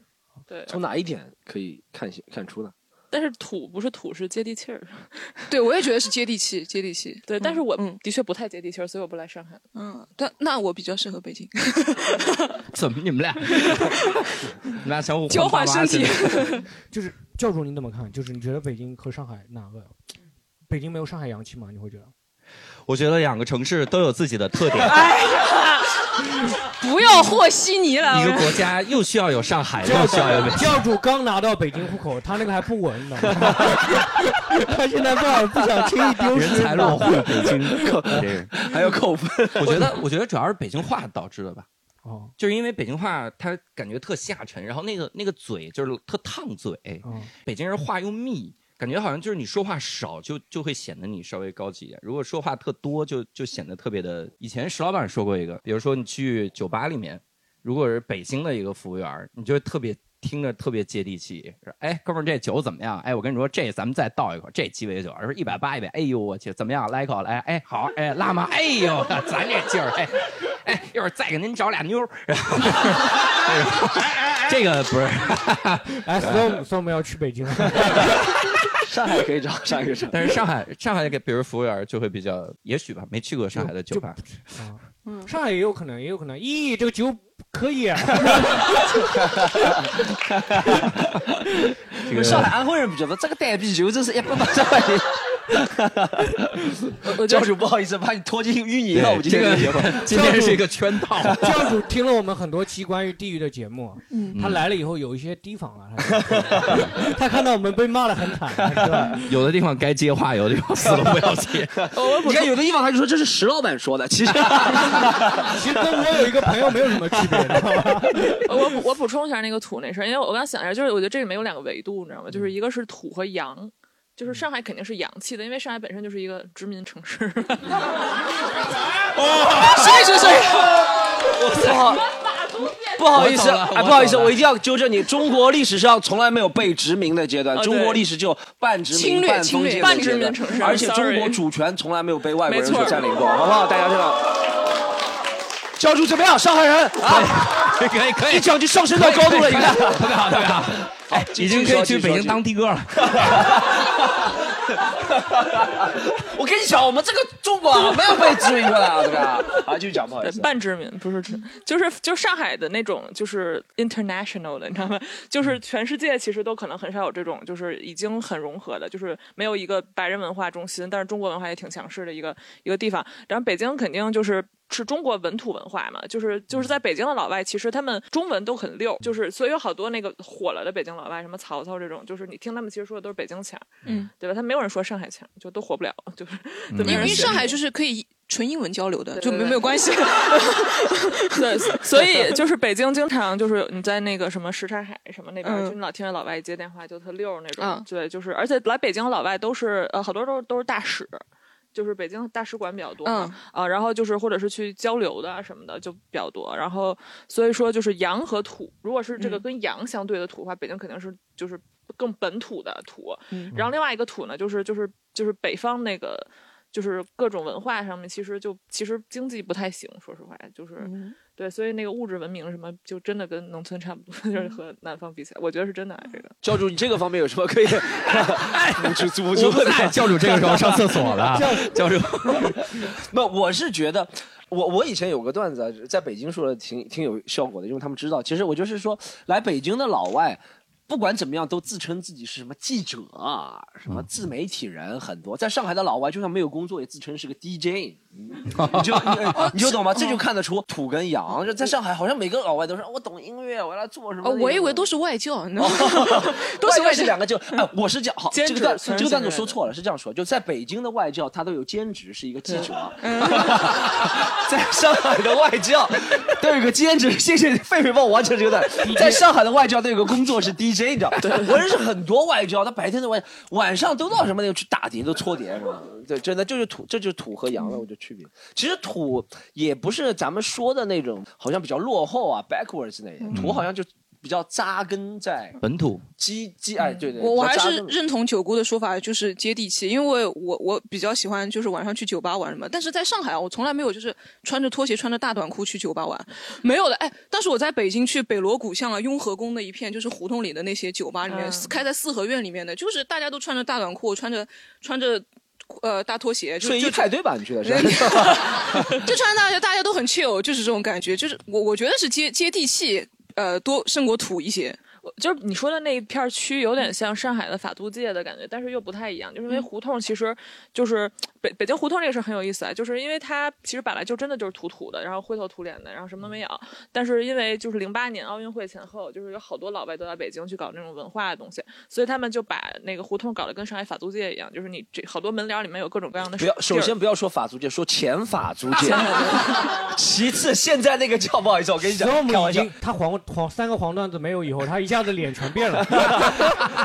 Speaker 3: 对，
Speaker 2: 从哪一点 可以看清看出呢？
Speaker 3: 但是土不是土，是接地气儿。
Speaker 4: 对，我也觉得是接地气，接地气。
Speaker 3: 对，但是我
Speaker 4: 嗯
Speaker 3: 的确不太接地气儿，所以我不来上海。
Speaker 4: 嗯，但那我比较适合北京。
Speaker 5: 怎么你们 俩？你们俩相互
Speaker 4: 交换
Speaker 5: 爸妈
Speaker 4: 身体
Speaker 5: 是吧
Speaker 7: 就是教主你怎么看？就是你觉得北京和上海哪个？北京没有上海洋气吗？你会觉得？
Speaker 5: 我觉得两个城市都有自己的特点，
Speaker 4: 不要和稀泥了
Speaker 5: 一个国家又需要有上海，
Speaker 7: 教
Speaker 5: 又哎需要有北
Speaker 7: 主
Speaker 5: 京。
Speaker 7: 教主刚拿到北京户口，他那个还不稳 呢，他现在不想不想轻易丢
Speaker 5: 人
Speaker 7: 失。
Speaker 5: 才落户北京，
Speaker 2: 还要扣分，
Speaker 5: 我觉得，我觉得主要是北京话导致的吧，
Speaker 7: 哦，
Speaker 5: 就是因为北京话它感觉特下沉，然后那个那个嘴就是特烫嘴，
Speaker 7: 哦，
Speaker 5: 北京人话又密，感觉好像就是你说话少就就会显得你稍微高级一点，如果说话特多就就显得特别的。以前石老板说过一个，比如说你去酒吧里面，如果是北京的一个服务员，你就特别听着特别接地气，说哎哥们儿这酒怎么样？哎我跟你说这咱们再倒一口，这鸡尾酒，说一百八一百，哎呦我去怎么样？来一口来，哎好，哎辣吗？哎呦 咱这劲儿，哎哎一会儿再给您找俩妞儿，然后 这个不是。
Speaker 7: 哎，storm storm 要去北京了。
Speaker 2: 上海可以找上海可以找。
Speaker 5: 但是上海，上海给比如服务员就会比较，也许吧，没去过上海的酒吧，
Speaker 2: 哦
Speaker 7: 啊， 上海也有可能，也有可能。咦，这个酒可以啊，
Speaker 5: 这个
Speaker 2: 上海安徽人不觉得这个蛋比酒真是一百八十块 钱。
Speaker 3: 我觉
Speaker 2: 教
Speaker 3: 得
Speaker 2: 主不好意思，把你拖进淤泥
Speaker 5: 对
Speaker 2: 了。我们今
Speaker 5: 哎这
Speaker 2: 天
Speaker 5: 个
Speaker 2: 的节目
Speaker 5: 今天是一个圈套，
Speaker 7: 教主听了我们很多期关于地狱的节目，他来了以后有一些提防了， 他他看到我们被骂的很惨，对吧？
Speaker 5: 有的地方该接话，有的地方死都不要 接。
Speaker 2: 你看有的地方他就说这是石老板说 的，其实
Speaker 7: 其实跟我有一个朋友没有什么区别，你知道吗？
Speaker 3: 呃我补我补充一下那个土那事儿，因为我刚想一下，就是我觉得这里面有两个维度，你知道
Speaker 5: 嗯
Speaker 3: 吗？就是一个是土和洋。就是上海肯定是洋气的，因为上海本身就是一个殖民 城市。
Speaker 5: 哦
Speaker 2: 所以所以 所以，不好 不好意思，
Speaker 5: 我懂了我
Speaker 2: 哎，不好意思，
Speaker 5: 懂了
Speaker 2: 我一定要纠正你。中国历史上从来没有被殖民的阶段，
Speaker 3: 啊对
Speaker 2: 中国历史只有半殖
Speaker 4: 侵
Speaker 2: 民、
Speaker 4: 略
Speaker 2: 半
Speaker 4: 侵
Speaker 2: 封
Speaker 4: 略
Speaker 2: 建、
Speaker 3: 半殖民城市
Speaker 2: 而且中国
Speaker 3: sorry
Speaker 2: 主权从来没有被外国人
Speaker 3: 没错
Speaker 2: 所占领过，好不好？大家知道。教主怎么样？上海人啊，
Speaker 5: 可以可以可
Speaker 2: 一
Speaker 5: 以，
Speaker 2: 讲就上升到高度了，你 看。
Speaker 5: 特别好特别好，
Speaker 2: 啊
Speaker 5: 哎，
Speaker 2: 继
Speaker 5: 已
Speaker 2: 续
Speaker 5: 经可以
Speaker 2: 说
Speaker 5: 去
Speaker 2: 继续
Speaker 5: 北
Speaker 2: 说
Speaker 5: 京当的哥了。
Speaker 2: 我跟你讲，我们这个中国啊，没有被殖民过来啊，这个啊，继续讲，不好意
Speaker 3: 对
Speaker 2: 思，。
Speaker 3: 半殖民不是殖，就是就是上海的那种，就是 international 的，你知道吗？就是全世界其实都可能很少有这种，就是已经很融合的，就是没有一个白人文化中心，但是中国文化也挺强势的一个一个地方。然后北京肯定就是。是中国本土文化嘛，就是就是在北京的老外，其实他们中文都很溜，就是所以有好多那个火了的北京老外，什么曹操这种，就是你听他们其实说的都是北京腔，
Speaker 4: 嗯，
Speaker 3: 对吧？他没有人说上海腔，就都火不了，就是
Speaker 5: 嗯
Speaker 3: 都没
Speaker 4: 因
Speaker 3: 有人
Speaker 4: 为
Speaker 3: 学
Speaker 4: 上海就是可以纯英文交流的，
Speaker 3: 对
Speaker 4: 就
Speaker 3: 对
Speaker 4: 没
Speaker 3: 对
Speaker 4: 没有关系。
Speaker 3: 对，所以就是北京经常就是你在那个什么什刹海什么那边，
Speaker 4: 嗯
Speaker 3: 就你老听着老 外接电话就特溜儿那种。
Speaker 4: 嗯
Speaker 3: 对，就是而且来北京的老外都是呃好多都是都是大使，就是北京大使馆比较多嘛。
Speaker 4: 嗯，
Speaker 3: 啊，然后就是或者是去交流的啊什么的就比较多，然后所以说就是洋和土，如果是这个
Speaker 4: 嗯
Speaker 3: 跟洋相对的土的话，北京肯定是就是更本土的土，
Speaker 4: 嗯
Speaker 3: 然后另外一个土呢，就是就是就是北方那个。就是各种文化上面，其实就其实经济不太行，说实话，就是、
Speaker 4: 嗯
Speaker 3: 对，所以那个物质文明什么，就真的跟农村差不多，
Speaker 4: 嗯
Speaker 3: 就是和南方比起来，我觉得是真的、啊、这个。
Speaker 2: 教主，你这个方面有什么可 以补足补
Speaker 5: 哎我
Speaker 2: 足
Speaker 5: 不
Speaker 2: 的？
Speaker 5: 在，教主这个时候上厕所了，教 主
Speaker 2: 那我是觉得，我我以前有个段子啊，在北京说的挺挺有效果的，因为他们知道，其实我就是说，来北京的老外。不管怎么样，都自称自己是什么记者啊，什么自媒体人很多。在上海的老外，就算没有工作，也自称是个 DJ，你就你你就懂吗？这就看得出土跟洋，就在上海好像每个老外都是我懂音乐，我要做什么那
Speaker 4: 哦，
Speaker 2: 种。
Speaker 4: 我以为都是外教，呢，
Speaker 2: 都
Speaker 4: 都
Speaker 2: 是
Speaker 4: 是
Speaker 2: 外
Speaker 4: 外
Speaker 2: 是
Speaker 4: 教
Speaker 2: 两个就，哎，我是这样，好，
Speaker 4: 兼
Speaker 2: 这
Speaker 4: 职
Speaker 2: 个段
Speaker 4: 全
Speaker 2: 这
Speaker 4: 是
Speaker 2: 个段子
Speaker 4: 兼职
Speaker 2: 说错了，是这样说，就在北京的外教他都有兼职是一个基础啊， 在上海的外教都有一个兼职，谢谢狒狒帮我完成这个段子，在上海的外教都有个工作是 DJ，你知道，我认识很多外教，他白天的外晚上都到什么那个去打碟都搓碟什么的，对，真的就是土，这就是土和洋的我觉得区别。其实土也不是咱们说的那种，好像比较落后啊，backwards 那些，土好像就比较扎根在。
Speaker 5: 本土
Speaker 2: 鸡鸡哎，对对，
Speaker 4: 嗯我我
Speaker 2: 比
Speaker 4: 还
Speaker 2: 较扎
Speaker 4: 是
Speaker 2: 根
Speaker 4: 认同九姑的说法，就是接地气，因为我我比较喜欢就是晚上去酒吧玩什么，但是在上海啊，我从来没有就是穿着拖鞋穿着大短裤去酒吧玩，没有的。哎，但是我在北京去北锣鼓巷啊、雍和宫的一片就是胡同里的那些酒吧里面，
Speaker 3: 嗯
Speaker 4: 开在四合院里面的，就是大家都穿着大短裤，穿着穿着呃大拖鞋，就
Speaker 2: 睡衣
Speaker 4: 就
Speaker 2: 派对吧，你去的是？
Speaker 4: 就穿大家大家都很 chill，就是这种感觉，就是我我觉得是接接地气，呃，多胜过土一些。
Speaker 3: 就是你说的那一片儿区，有
Speaker 2: 嗯
Speaker 3: 点像上海的法租界的感觉，但是又不太一样，就是因为胡同其实就是北北京胡同这个事儿很有意思啊，就是因为它其实本来就真的就是土土的，然后灰头土脸的，然后
Speaker 2: 嗯
Speaker 3: 什么都没有。但是因为就是零八年奥运会前后，就是有好多老外都到北京去搞那种文化的东西，所以他们就把那个胡同搞得跟上海法租界一样，就是你这好多门帘儿里面有各种各样的
Speaker 2: 不
Speaker 3: 地儿。
Speaker 2: 要，首先不要说法租界，说前法租 界。其次，现在那个叫不好意思，我跟你讲
Speaker 7: 然后我，
Speaker 2: 开
Speaker 7: 们
Speaker 2: 玩
Speaker 7: 已
Speaker 2: 笑
Speaker 7: 经，他黄黄三个黄段子没有以后，他一下子脸全变了。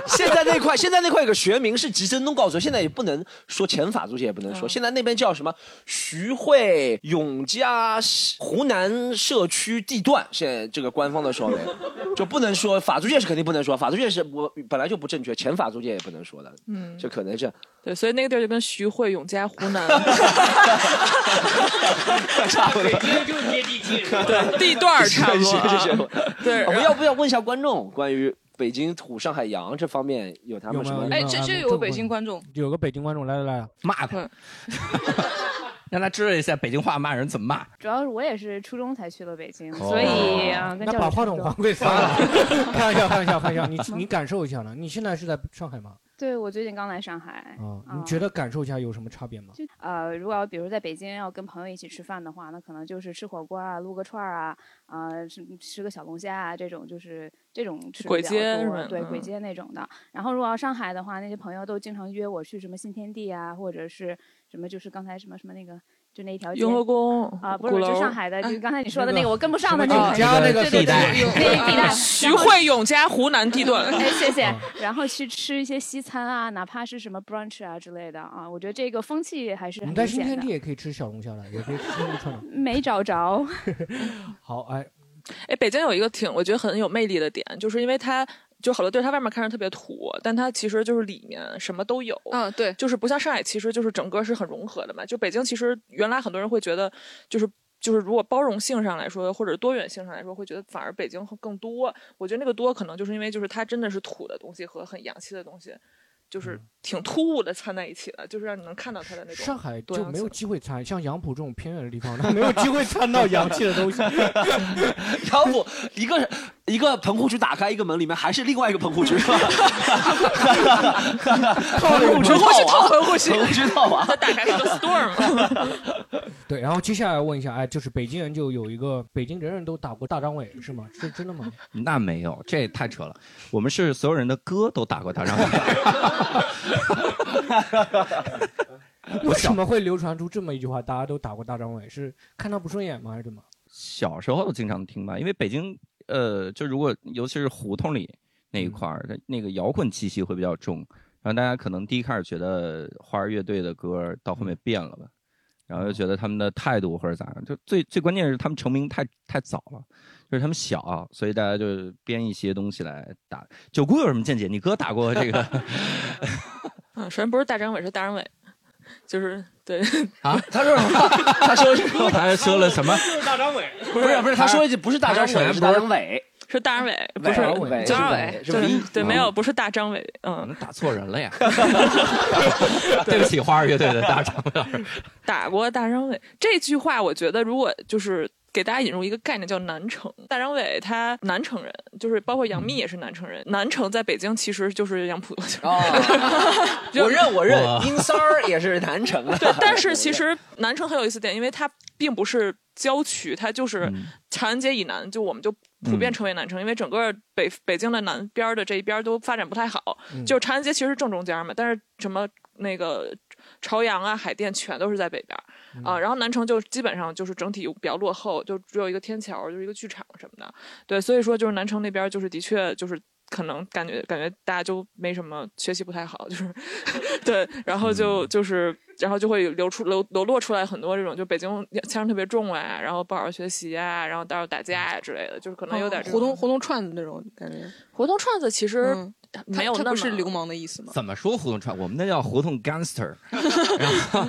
Speaker 2: 现在那块，现在那块有个学名是吉森东告诉我，现在也不能说前法租界，也不能
Speaker 4: 嗯
Speaker 2: 说，现在那边叫什么徐汇永嘉湖南社区地段，现在这个官方的说明，就不能说法租界是肯定不能说，法租界是我本来就不正确，前法租界也不能说的，嗯，就可能是。
Speaker 3: 对，所以那个地儿就跟徐汇、永嘉、湖南 对地段儿差不多啊。
Speaker 2: 是是是
Speaker 3: 对，
Speaker 2: 我
Speaker 3: 然
Speaker 2: 们
Speaker 3: 后
Speaker 2: 要不要问一下观众关于北京土、上海洋这方面有他们什么
Speaker 7: 有？没
Speaker 4: 哎，
Speaker 7: 有
Speaker 4: 这
Speaker 7: 啊
Speaker 4: 这
Speaker 7: 没
Speaker 4: 有
Speaker 7: 中
Speaker 4: 北
Speaker 7: 国
Speaker 4: 京观众，
Speaker 7: 有个北京观众来来来，
Speaker 5: 骂他
Speaker 4: 嗯，
Speaker 5: 让他知道一下北京话骂人怎么骂。
Speaker 8: 主要是我也是初中才去了北京，
Speaker 5: 哦
Speaker 8: 所以啊，跟
Speaker 7: 那
Speaker 8: 教
Speaker 7: 把
Speaker 8: 主
Speaker 7: 话
Speaker 8: 差不
Speaker 7: 筒
Speaker 8: 多
Speaker 7: 还给发了。 开玩笑，开玩笑，开玩笑。你
Speaker 8: 嗯
Speaker 7: 你感受一下呢？你现在是在上海吗？
Speaker 8: 对我最近刚来上海
Speaker 7: 啊，
Speaker 8: 啊
Speaker 7: 你觉得感受一下有什么差别吗？
Speaker 8: 就呃，如果要比如在北京要跟朋友一起吃饭的话，那可能就是吃火锅啊，撸个串儿啊，啊、吃吃个小龙虾啊，这种就是这种吃的
Speaker 3: 鬼
Speaker 8: 比较
Speaker 3: 街
Speaker 8: 多
Speaker 3: 是吧
Speaker 8: 对，鬼
Speaker 3: 嗯
Speaker 8: 街那种的。然后如果要上海的话，那些朋友都经常约我去什么新天地啊，或者是什么就是刚才什么什么那个就那一条街
Speaker 3: 雍和宫
Speaker 8: 啊、不
Speaker 3: 鼓
Speaker 8: 是，就
Speaker 3: 楼
Speaker 8: 上海的，就是刚才你说的
Speaker 7: 那
Speaker 8: 那
Speaker 7: 个
Speaker 8: 个我跟不上的
Speaker 7: 啊什
Speaker 8: 那
Speaker 7: 么
Speaker 8: 个
Speaker 7: 景家那个
Speaker 8: 对对
Speaker 5: 地带
Speaker 8: 对对对地带，
Speaker 3: 徐汇、永嘉、湖南地段。
Speaker 8: 哎，谢
Speaker 7: 啊
Speaker 8: 谢。
Speaker 7: 嗯
Speaker 8: 然后去吃一些西餐啊，哪怕是什么 brunch 啊之类的啊，我觉得这个风气还是
Speaker 7: 你
Speaker 8: 很
Speaker 7: 们
Speaker 8: 明
Speaker 7: 在新
Speaker 8: 显
Speaker 7: 天地
Speaker 8: 的。
Speaker 7: 也可以吃小龙虾了， 也可以吃那个串串。
Speaker 8: 没找着，
Speaker 7: 好，哎，
Speaker 3: 哎，北京有一个挺我觉得很有魅力的点，就是因为它就好多地儿，它外面看着特别土，但它其实就是里面什么都有。
Speaker 4: 嗯，对，
Speaker 3: 就是不像上海，其实就是整个是很融合的嘛。就北京，其实原来很多人会觉得，就是就是如果包容性上来说，或者多元性上来说，会觉得反而北京会更多。我觉得那个多，可能就是因为就是它真的是土的东西和很洋气的东西，就是挺突兀的掺在一起的，就是让你能看到它的那
Speaker 7: 嗯上
Speaker 3: 种。
Speaker 7: 海
Speaker 3: 多
Speaker 7: 就
Speaker 3: 样
Speaker 7: 没有
Speaker 3: 性
Speaker 7: 机会参，像杨浦这种偏远的地方， 他没有机会参到洋气的东 西。
Speaker 2: 要不一个一个棚户区打开一个门，里面还是另外一个棚户 区，是吧？棚户区套
Speaker 3: 文化区
Speaker 2: 棚户区套娃。
Speaker 3: 它打开一个 storm，
Speaker 7: 对，然后接下来问一下，哎，就是北京人就有一个北京人人都打过大张伟是吗？是真的吗？
Speaker 5: 那没有，这太扯了。我们是所有人的歌都打过大张伟，
Speaker 7: 为什么会流传出这么一句话？大家都打过大张伟，是看他不顺眼吗？还是怎么？
Speaker 5: 小时候经常听吧，因为北京，呃，就如果尤其是胡同里那一块儿，它那个摇滚气息会比较重。然后大家可能第一开始觉得花儿乐队的歌到后面变了吧，然后又觉得他们的态度或者咋样，就最最关键是他们成名太太早了，就是他们小，所以大家就编一些东西来打。九姑有什么见解？你哥打过 这个
Speaker 3: 嗯，首先不是大张伟，是大张伟， 就是对，
Speaker 5: 啊
Speaker 2: 他说什么？他说什 么？
Speaker 5: 他说了什么？
Speaker 7: 就是大张伟，
Speaker 2: 不是不是，他说一句不是大张
Speaker 5: 他说
Speaker 2: 伟，
Speaker 5: 什
Speaker 2: 是
Speaker 5: 么
Speaker 2: 大张伟。
Speaker 3: 是大张伟，不是
Speaker 5: 伟伟
Speaker 3: 张张
Speaker 5: 伟
Speaker 3: 伟，
Speaker 5: 是
Speaker 3: 对
Speaker 5: 伟
Speaker 3: 对，没有，
Speaker 5: 嗯
Speaker 3: 不是大张伟，嗯，
Speaker 5: 打错人了呀！ 对不起，花儿乐队的大张伟老师。
Speaker 3: 打过大张伟这句话，我觉得如果就是给大家引入一个概念叫南城，大张伟他南城人，就是包括杨幂也是南城人，南城在北京其实就是杨浦，
Speaker 2: 我认我认
Speaker 5: 哇，
Speaker 2: 殷三儿也是南城啊的。
Speaker 3: 对，但是其实南城很有意思点，因为它并不是郊区，它就是
Speaker 5: 嗯
Speaker 3: 长安街以南，就我们就普遍称为南城，因为整个北北京的南边儿的这一边儿都发展不太好，就长安街其实是正中间儿嘛，但是什么那个。朝阳啊，海淀全都是在北边儿啊、然后南城就基本上就是整体比较落后，就只有一个天桥，就是一个剧场什么的。对，所以说就是南城那边儿就是的确就是可能感觉感觉大家就没什么学习不太好，就是对，然后
Speaker 2: 嗯
Speaker 3: 就就是然后就会流出流流落出来很多这种就北京腔特别重啊，然后不好好学习啊，然后到时候打架啊之类的，就是可能有点这
Speaker 4: 哦胡
Speaker 3: 种
Speaker 4: 同胡同串子那种感觉，
Speaker 3: 胡同串子其实
Speaker 4: 嗯
Speaker 3: 没有
Speaker 4: 他
Speaker 3: 那么、
Speaker 4: 不是流氓的意思 吗？
Speaker 5: 怎么说胡同串？我们那叫胡同 gangster。然后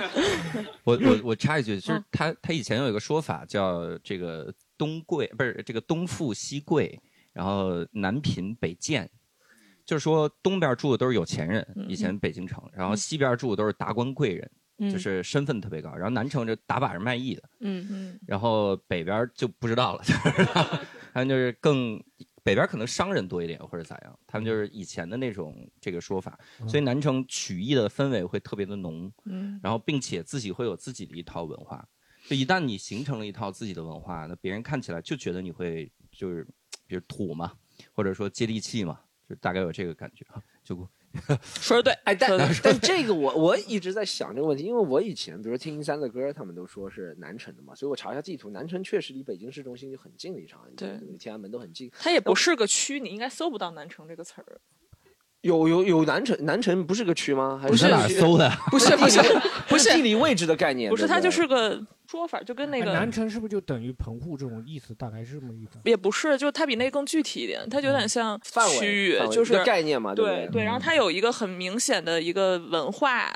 Speaker 5: 我我我插一句，就是他他以前有一个说法叫这个东贵，不是这个东富西贵，然后南贫北贱。就是说，东边住的都是有钱人，以前北京城，然后西边住的都是达官贵人，
Speaker 4: 嗯
Speaker 5: 就是身份特别高。然后南城就打把式卖艺的，
Speaker 4: 嗯
Speaker 3: 嗯
Speaker 5: 然后北边就不知道了， 他们就是更北边可能商人多一点或者咋样，他们就是以前的那种这个说法，所以南城曲艺的氛围会特别的浓，
Speaker 3: 嗯
Speaker 5: 然后并且自己会有自己的一套文化，就一旦你形成了一套自己的文化，那别人看起来就觉得你会就是比如土嘛，或者说接地气嘛，就大概有这个感觉啊，就
Speaker 3: 说的对，
Speaker 2: 哎，但
Speaker 3: 说得对
Speaker 2: 但这个我我一直在想这个问题，因为我以前比如说听殷三的歌，他们都说是南城的嘛，所以我查一下地图，南城确实离北京市中心就很近，离长安街、
Speaker 3: 对
Speaker 2: 天安门都很近。
Speaker 3: 它也不是个区，你应该搜不到南城这个词儿。
Speaker 2: 有有有南城，南城不是个区吗？还
Speaker 5: 你在哪儿搜的？
Speaker 2: 不是不是不是地理位置的概念，
Speaker 3: 不是，
Speaker 2: 对
Speaker 3: 它
Speaker 2: 对啊
Speaker 3: 就是个说法，就跟那个
Speaker 7: 哎南城是不是就等于棚户这种意思？大概是这么意思。
Speaker 3: 也不是，就是它比那个更具体一点，它有点像
Speaker 2: 嗯范围
Speaker 3: 区域
Speaker 2: 范，围
Speaker 3: 就
Speaker 2: 一
Speaker 3: 是
Speaker 2: 个概念嘛，
Speaker 3: 对
Speaker 2: 对嗯不
Speaker 3: 对，然后它有一个很明显的一个文化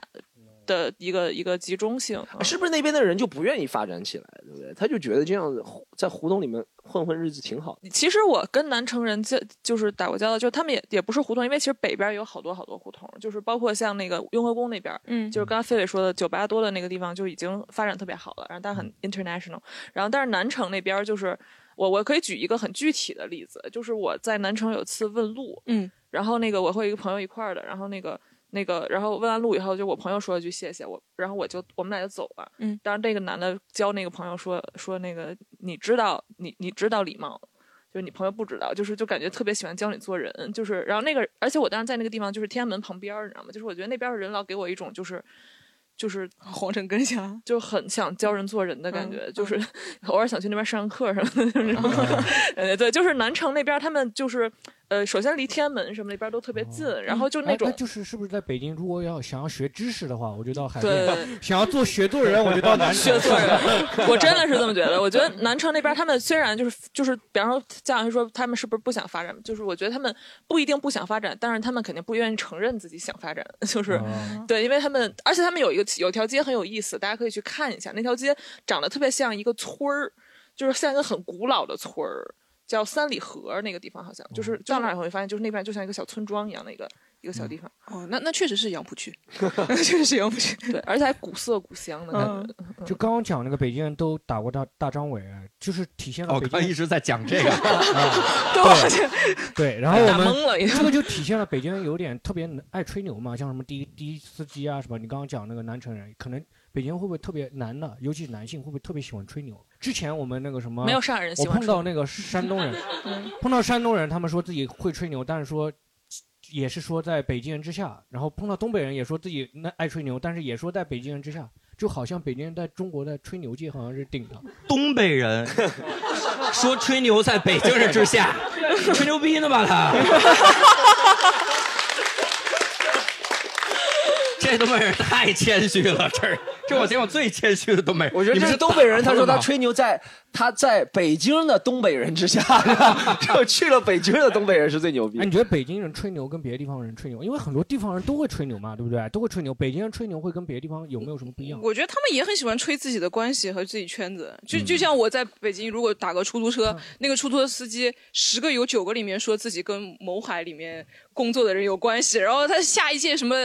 Speaker 3: 的一个一个集中性，嗯
Speaker 2: 哎是不是那边的人就不愿意发展起来，对不对？他就觉得这样子在胡同里面混混日子挺好的。
Speaker 3: 其实我跟南城人交就是打过交道，就是他们也也不是胡同，因为其实北边有好多好多胡同，就是包括像那个雍和宫那边，
Speaker 4: 嗯
Speaker 3: 就是刚才飞伟说的酒吧多的那个地方就已经发展特别好了，然后但很 international，然后但是南城那边就是我我可以举一个很具体的例子，就是我在南城有次问路，
Speaker 4: 嗯，
Speaker 3: 然后那个我和一个朋友一块儿的，然后那个那个，然后问完路以后，就我朋友说了句谢谢我，然后我就我们俩就走了。
Speaker 4: 嗯，
Speaker 3: 当时那个男的教那个朋友说说那个你知道你你知道礼貌，就是你朋友不知道，就是就感觉特别喜欢教你做人，就是然后那个，而且我当时在那个地方就是天安门旁边儿，你知道吗？就是我觉得那边儿的人老给我一种就是。 就是
Speaker 4: 皇城根下，
Speaker 3: 就很想教人做人的感觉，
Speaker 4: 嗯
Speaker 3: 就是偶尔想去那边上课什么的， 就是那种。 呃，对，就是南城那边他们就是，呃，首先离天安门什么那边都特别近，然后就那
Speaker 7: 哎
Speaker 3: 种
Speaker 7: 那就是是不是在北京，如果要想要学知识的话，我就到海淀；
Speaker 3: 对。
Speaker 7: 想要做学做人，我就到南城。
Speaker 3: 学错人， 我真的是这么觉得。我觉
Speaker 7: 嗯
Speaker 3: 得南城那边他们虽然就是就是，比方说姜老师说他们是不是不想发展，就是我觉得他们不一定不想发展，但是他们肯定不愿意承认自己想发展，就是。
Speaker 7: 哦
Speaker 3: 对，因为他们，而且他们有一个有一条街很有意思，大家可以去看一下。那条街长得特别像一个村儿，就是像一个很古老的村儿，叫三里河那个地方，好像就是到哦那儿以后会发现，就是那边就像一个小村庄一样的一个一个小地方。
Speaker 4: 哦，那那确实是杨浦区，确实是杨浦区。
Speaker 3: 对，而且还古色古香的感觉。
Speaker 7: 就刚刚讲那个北京人都打过大大张伟，啊就是体现了
Speaker 5: 我
Speaker 7: 北
Speaker 5: 哦刚
Speaker 7: 京啊
Speaker 5: 刚一直在讲 这个，
Speaker 3: 对，我好像
Speaker 7: 对。然后我
Speaker 3: 打
Speaker 7: 们
Speaker 3: 懵了，已经
Speaker 7: 这个就体现了北京人有点特别爱吹牛嘛，像什么滴滴司机啊，什么你刚刚讲那个南城人，可能北京会不会特别男的，尤其是男性会不会特别喜欢吹牛？之前我们那个什么
Speaker 3: 没有上海人
Speaker 7: 我
Speaker 3: 喜欢
Speaker 7: 碰
Speaker 3: 吃。
Speaker 7: 到那个山东人，碰到山东人，他们说自己会吹牛，但是说也是说在北京人之下。然后碰到东北人，也说自己那爱吹牛，但是也说在北京人之下，就好像北京人在中国的吹牛界好像是顶的。
Speaker 5: 东北 人说吹牛在北京人之下，吹牛逼呢吧 他？这东北人太谦虚了，这儿这我见过最谦虚的东北人。
Speaker 2: 我觉得
Speaker 5: 你
Speaker 2: 这
Speaker 5: 们
Speaker 2: 是
Speaker 5: 是
Speaker 2: 东北人，他说
Speaker 5: 打
Speaker 2: 他
Speaker 5: 他们吗
Speaker 2: 吹牛在他在北京的东北人之下， 就去了北京的东北人是最牛逼
Speaker 7: 哎，。你觉得北京人吹牛跟别的地方人吹牛，因为很多地方人都会吹牛嘛，对不对？都会吹牛，北京人吹牛会跟别的地方有没有什么不一样？
Speaker 4: 我觉得他们也很喜欢吹自己的关系和自己圈子，就
Speaker 7: 嗯
Speaker 4: 就像我在北京，如果打个出租车，那个出租车司机十个有九个里面说自己跟某海里面工作的人有关系，然后他下一届什么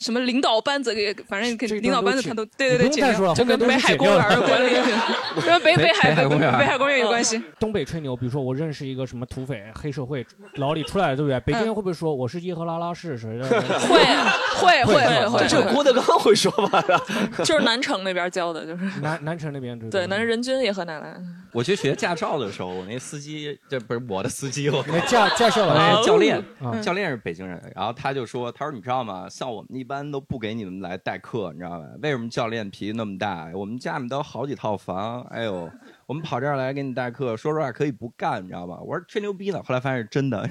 Speaker 4: 什么领导班子给，反正给领导班子他都对对对，
Speaker 7: 不
Speaker 4: 剪
Speaker 7: 用再说
Speaker 4: 掉，
Speaker 7: 了，
Speaker 4: 就跟
Speaker 7: 后面
Speaker 4: 北
Speaker 7: 都是
Speaker 4: 海
Speaker 7: 剪
Speaker 4: 公
Speaker 7: 掉的
Speaker 4: 园有关系， 跟北北海公园北海公园有关系。
Speaker 7: 东北吹牛，比如说我认识一个什么土匪、黑社会牢里出来的，对不对？北京人会不会说我是耶和拉拉氏谁的？
Speaker 4: 嗯 会啊会会会会，
Speaker 2: 这郭德纲会说 吧？
Speaker 3: 就是南城那边教的，就是
Speaker 7: 南南城那边对不
Speaker 3: 对，南
Speaker 7: 南
Speaker 3: 城人均也河南来。
Speaker 5: 我去学驾照的时候，我那司机，这不是我的司机，我靠
Speaker 7: 那驾驾校
Speaker 5: 我
Speaker 7: 老
Speaker 5: 那
Speaker 7: 师
Speaker 5: 教练
Speaker 7: 嗯，
Speaker 5: 教练是北京人，然后他就说，他说你知道吗？像我们一般都不给你们来代课，你知道吧？为什么教练脾气那么大？我们家里面都有好几套房，哎呦，我们跑这儿来给你代课，说实话可以不干，你知道吧？我说吹牛逼呢， 后来发现是真的，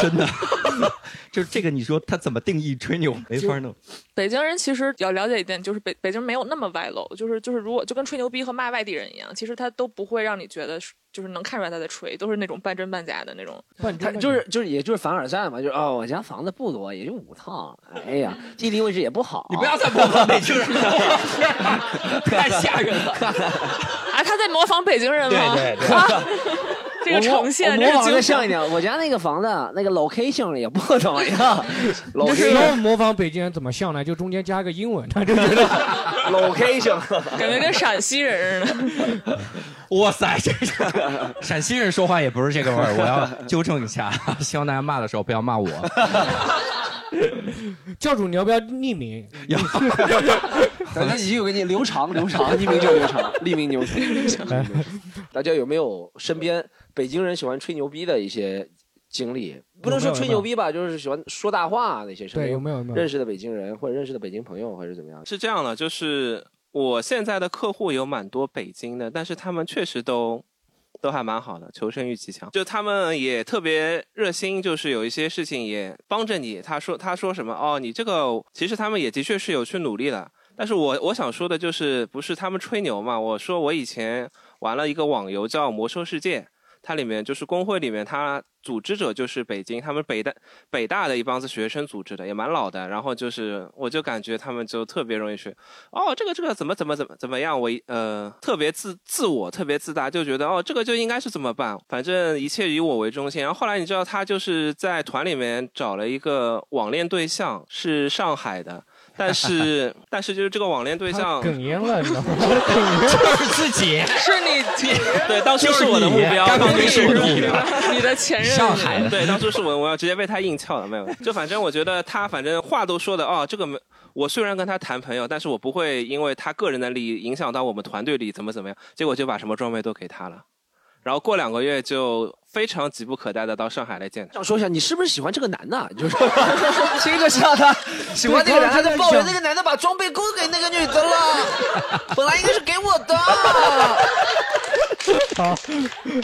Speaker 5: 真的， 就是这个，你说他怎么定义吹牛？没法弄。
Speaker 3: 北京人其实要了解一点，就是北北京没有那么外露，就是就是如果就跟吹牛逼和骂外地人一样，其实他都不会让你觉得是就是能看出来他在吹，都是那种半真半假的那种。
Speaker 7: 半
Speaker 2: 他
Speaker 7: 真
Speaker 2: 就是就是也就是凡尔赛嘛，就是哦，我家房子不多，也就五套，哎 呀，地理位置也不好。
Speaker 5: 你不要再模仿北京 人了，太吓人了。
Speaker 3: 啊，他在模仿北京人吗？
Speaker 5: 对对对
Speaker 3: 啊、 这个呈
Speaker 2: 我
Speaker 3: 现，
Speaker 2: 模
Speaker 3: 这
Speaker 2: 我模仿的
Speaker 3: 是精
Speaker 2: 像一。
Speaker 3: 神
Speaker 2: 啊点。我家那个房子那个 location 也不怎么 样
Speaker 7: 就是
Speaker 2: ，location
Speaker 7: 要模仿北京人怎么像呢？就中间加个英文，他就觉得
Speaker 2: location
Speaker 3: 感觉跟陕西人似的。
Speaker 5: 哇塞，这是陕西人说话也不是这个味儿，我要纠正一下， 希望大家骂的时候不要骂我。
Speaker 7: 教主你要不要匿名？
Speaker 2: 咱自己有给你留长留 长，匿名就留长，匿名 留
Speaker 7: 哎
Speaker 2: 长。大家有没有身边北京人喜欢吹牛逼的一些经历？不能说吹牛逼吧，就是喜欢说大话那些身
Speaker 7: 对，有
Speaker 2: 边
Speaker 7: 没有有没有？
Speaker 2: 认识的北京人或者认识的北京朋友，或者怎么 样？
Speaker 9: 是这样的，就是我现在的客户有蛮多北京的，但是他们确实都都还蛮好的，求生欲极强。就他们也特别热心，就是有一些事情也帮着你。他说他说什么哦，你这个其实他们也的确是有去努力的。但是我我想说的就是，不是他们吹牛嘛？我说我以前玩了一个网游叫《魔兽世界》，它里面就是工会里面，它组织者就是北京，他们北大北大的一帮子学生组织的，也蛮老的。然后就是，我就感觉他们就特别容易学，哦，这个这个怎么怎么怎么怎么样，我一呃特别自自我，特别自大，就觉得哦这个就应该是怎么办，反正一切以我为中心。然后后来你知道他就是在团里面找了一个网恋对象，是上海的。但是， 但是就是这个网恋对
Speaker 7: 他
Speaker 9: 象，
Speaker 7: 哽咽了，你知道吗？哽咽了。
Speaker 5: 自己
Speaker 3: 是你
Speaker 9: 对，当初是我的目标，
Speaker 5: 刚
Speaker 9: 当
Speaker 5: 刚
Speaker 9: 初
Speaker 5: 就是是
Speaker 9: 我
Speaker 5: 我
Speaker 9: 的
Speaker 5: 的
Speaker 9: 目
Speaker 5: 目
Speaker 9: 标
Speaker 5: 标。
Speaker 3: 你的前任，
Speaker 5: 上海的，
Speaker 9: 对，当初是我，我要直接被他硬撬了，没有。就反正我觉得他，反正话都说的哦，这个没。我虽然跟他谈朋友，但是我不会因为他个人的利益影响到我们团队里怎么怎么样。结果就把什么装备都给他了，然后过两个月就非常急不可待的到上海来见他。
Speaker 2: 想说一下，你是不是喜欢这个男的？啊 你就说这个像他 喜欢这个男的，在抱怨那个男的把装备供给那个女的 了，本来应该是给我的。
Speaker 7: 好，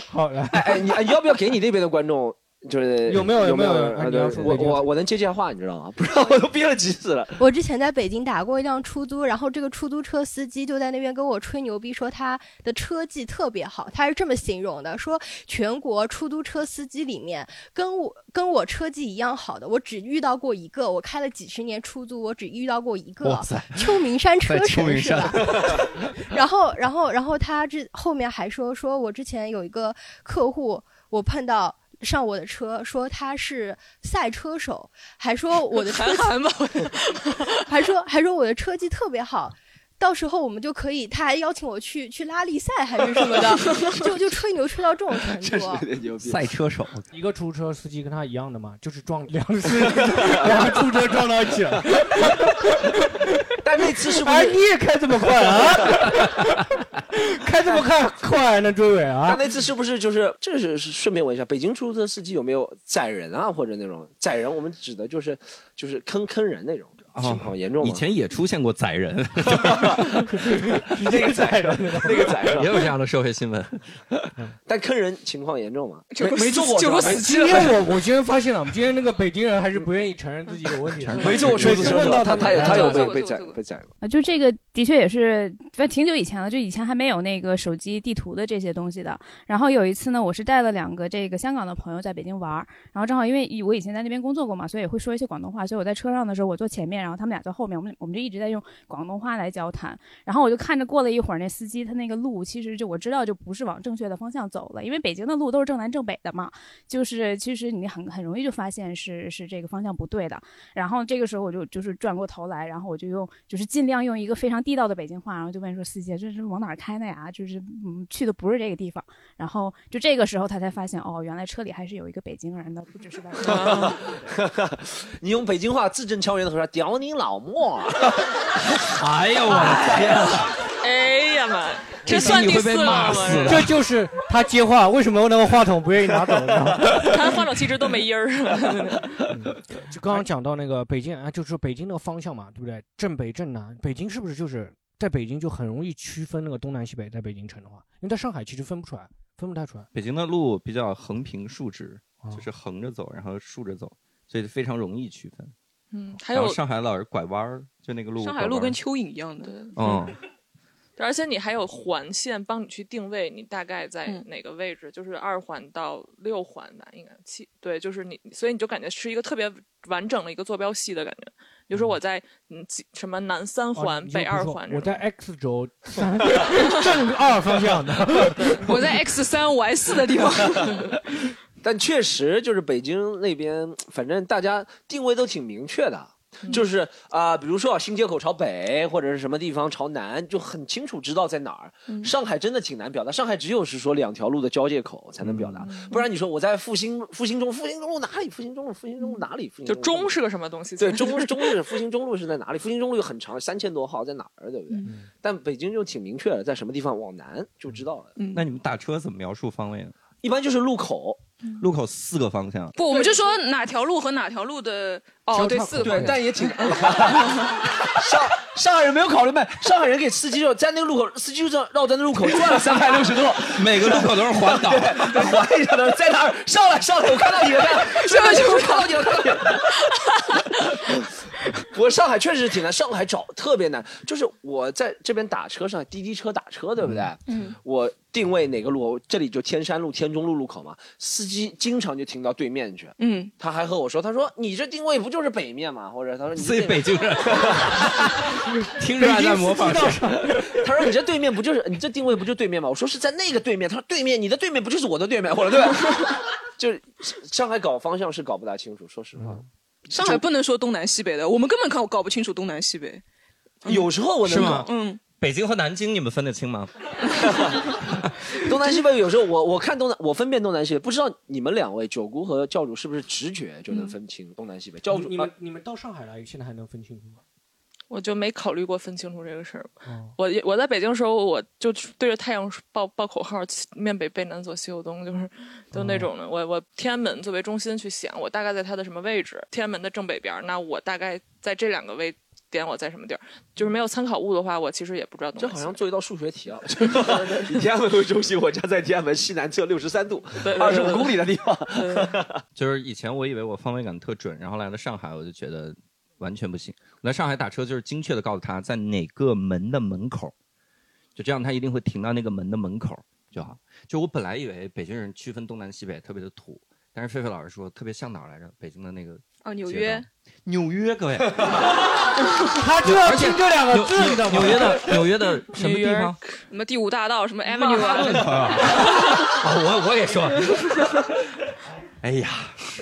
Speaker 7: 好来，
Speaker 2: 哎哎，你哎你要不要给你那边的观众？就是
Speaker 7: 有没有
Speaker 2: 有没
Speaker 7: 有没有
Speaker 2: 啊
Speaker 7: 哎
Speaker 2: 对
Speaker 7: 你要说
Speaker 2: 我
Speaker 7: 北京
Speaker 2: 我我能接接话，你知道吗？ 不然我都憋了急死了。
Speaker 10: 我之前在北京打过一辆出租，然后这个出租车司机就在那边跟我吹牛逼，说他的车技特别好，他是这么形容的：说全国出租车司机里面，跟我跟我车技一样好的，我只遇到过一个。我开了几十年出租，我只遇到过一个
Speaker 5: 哇塞，
Speaker 10: 秋名山车
Speaker 5: 在秋名
Speaker 10: 神是
Speaker 5: 山
Speaker 10: 吧？ 然后，然后，然后他这后面还说，说我之前有一个客户，我碰到。上我的车，说他是赛车手，还说我的车
Speaker 3: 韩寒吧，
Speaker 10: 还说还说我的车技特别好，到时候我们就可以，他还邀请我去去拉力赛还是什么的， 就就吹牛吹到这种程度。
Speaker 2: 点牛逼。
Speaker 5: 赛车手，
Speaker 7: 一个出租车司机跟他一样的嘛，就是撞两个司机，两个出租车撞到一起了。
Speaker 2: 但那次是不
Speaker 7: 哎，
Speaker 2: 是？
Speaker 7: 你也开这么快 啊？开这么快快呢，追尾
Speaker 2: 但
Speaker 7: 啊？
Speaker 2: 那次是不是就是？这是是顺便问一下，北京出租车司机有没有宰人啊，或者那种宰人？我们指的就是就是坑坑人那种。
Speaker 9: 情况严重
Speaker 5: 以前也出现过宰人，
Speaker 2: 那个宰人，那个宰人
Speaker 5: 也有这样的社会新闻。
Speaker 2: 但坑人情况严重吗？
Speaker 7: 没没做过，今天我我今天发现了，我们今天那个北京人还是不愿意承认自己有问题。
Speaker 2: 没做过出租车
Speaker 7: 问到
Speaker 2: 他他有他有被被
Speaker 7: 宰
Speaker 2: 宰被宰过。
Speaker 8: 啊，就这个的确也是，反正挺久以前了，就以前还没有那个手机地图的这些东西的。然后有一次呢，我是带了两个这个香港的朋友在北京玩儿，然后正好因为以我以前在那边工作过嘛，所以也会说一些广东话，所以我在车上的时候我坐前面，然后他们俩坐后面，我们我们就一直在用广东话来交谈。然后我就看着过了一会儿，那司机他那个路其实就我知道就不是往正确的方向走了，因为北京的路都是正南正北的嘛，就是其实你很很容易就发现是是这个方向不对的。然后这个时候我就就是转过头来，然后我就用就是尽量用一个非常地道的北京话，然后就问说司机这是往哪儿开的呀？就是嗯去的不是这个地方。然后就这个时候他才发现哦，原来车里还是有一个北京人的，不只是外国人。
Speaker 2: 你用北京话字正腔圆的说，屌你老莫！
Speaker 5: 哎呦我的天啊！
Speaker 3: 哎呀妈，
Speaker 5: 这
Speaker 3: 算
Speaker 5: 你
Speaker 3: 第
Speaker 5: 会
Speaker 3: 四
Speaker 5: 被
Speaker 3: 个
Speaker 5: 骂
Speaker 3: 了
Speaker 5: 死
Speaker 3: 吗？
Speaker 5: 的。
Speaker 7: 这就是他接话，为什么那个话筒不愿意拿走？
Speaker 3: 他话筒其实都没音儿。
Speaker 7: 就刚刚讲到那个北京啊，就是北京那个方向嘛，对不对？正北正南，北京是不是就是在北京就很容易区分那个东南西北？在北京城的话，因为在上海其实分不出来，分不太出来。
Speaker 5: 北京的路比较横平竖直，就是横着走，然后竖着走，所以非常容易区分。
Speaker 3: 嗯，还
Speaker 5: 然
Speaker 3: 有
Speaker 5: 后上海老是拐弯儿，就那个路。
Speaker 4: 上海路跟蚯蚓一样的。
Speaker 5: 嗯，
Speaker 3: 而且你还有环线帮你去定位，你大概在哪个位置？就是二环到六环吧，应该七对，就是你，所以你就感觉是一个特别完整的一个坐标系的感觉。比如说我在嗯几什么南三环、
Speaker 7: 哦
Speaker 3: 北二环
Speaker 7: 你
Speaker 3: 这
Speaker 7: 就
Speaker 3: 种，
Speaker 7: 不说我在 X 轴三正二方向的。
Speaker 4: 我 在 X 三 Y 四的地方，
Speaker 2: 但确实就是北京那边，反正大家定位都挺明确的，就是啊、比如说啊，新街口朝北，或者是什么地方朝南，就很清楚知道在哪儿。上海真的挺难表达，上海只有是说两条路的交界口才能表达，不然你说我在复兴复兴中复兴中路哪里？复兴中路复兴中路哪里？复兴
Speaker 3: 就
Speaker 2: 路
Speaker 3: 中是个什么东西？
Speaker 2: 对中中路是复兴中路是在哪里？复兴中路又很长，三千多号在哪儿？对不对？但北京就挺明确的，在什么地方往南就知道了。
Speaker 5: 那你们打车怎么描述方位呢？
Speaker 2: 一般就是路口，
Speaker 5: 路口四个方向。
Speaker 4: 不，我们就说哪条路和哪条路的哦，对，四个方
Speaker 2: 对，
Speaker 4: 向。
Speaker 2: 但也 挺难的。上上海人没有考虑卖，上海人给司机就在那个路口，司机就这样绕在那路口转了三百六 十度，
Speaker 5: 每个路口都是环岛，
Speaker 2: 对，环一下的，在哪儿上来上来，我看到你了，上来上来，我看到你了，看到你了。我上海确实挺难，上海找特别难，就是我在这边打车，上海滴滴车打车，对不对？
Speaker 4: 嗯，
Speaker 2: 我定位哪个路，我这里就天山路、天中路路口嘛，司机经常就停到对面去。
Speaker 4: 嗯，
Speaker 2: 他还和我说：“他说你这定位不就是北面吗？”或者他说：“你这
Speaker 5: 所以北京 人听着还在模仿谁？
Speaker 2: 他说你这对面不就是你这定位不就对面吗？我说是在那个对面。他说对面，你的对面不就是我的对面？我的对面， 就是上海搞方向是搞不大清楚，说实
Speaker 5: 嗯
Speaker 2: 话。
Speaker 4: 上海不能说东南西北的，我们根本搞搞不清楚东南西北。
Speaker 2: 有时候我
Speaker 5: 嗯是
Speaker 2: 能
Speaker 5: 吗
Speaker 2: 搞
Speaker 4: 嗯，
Speaker 5: 北京和南京你们分得清吗？
Speaker 2: 东南西北，有时候我我看东南，我分辨东南西北，不知道你们两位九姑和教主是不是直觉就能分清东南西北？教主
Speaker 7: 你
Speaker 2: 啊
Speaker 7: 们，你们到上海来，现在还能分清楚吗？
Speaker 3: 我就没考虑过分清楚这个事儿。
Speaker 2: 嗯
Speaker 7: 哦
Speaker 3: 我我在北京的时候，我就对着太阳报报口号，面北北南左西右东，
Speaker 2: 哦
Speaker 3: 就是就那种的。我我天安门作为中心去想，我大概在它的什么位置？天安门的正北边儿，那我大概在这两个位点我在什么地儿？就是没有参考物的话，我其实也不知道东
Speaker 2: 这
Speaker 3: 西。
Speaker 2: 好像做一道数学题啊！ 以天安门为中心，我家在天安门西南侧六十三度
Speaker 3: 对对
Speaker 2: 二十五公里的地方。
Speaker 5: 就是以前我以为我方位感特准，然后来了上海，我就觉得完全不行。我在上海打车就是精确的告诉他在哪个门的门口，就这样他一定会停到那个门的门口就好。就我本来以为北京人区分东南西北特别的土，但是狒狒老师说特别像哪儿来着？北京的那个
Speaker 4: 哦，纽
Speaker 5: 街
Speaker 4: 约
Speaker 5: 道。纽约， 各位，
Speaker 7: 他就要听这两个
Speaker 5: 纽
Speaker 7: 字，你知道
Speaker 5: 纽纽
Speaker 7: 吗？
Speaker 5: 约的纽约的什么地
Speaker 3: 纽约
Speaker 5: 方？
Speaker 4: 什么第五大道，什么 Avenue 啊，
Speaker 5: 啊哦我我给说，哎呀，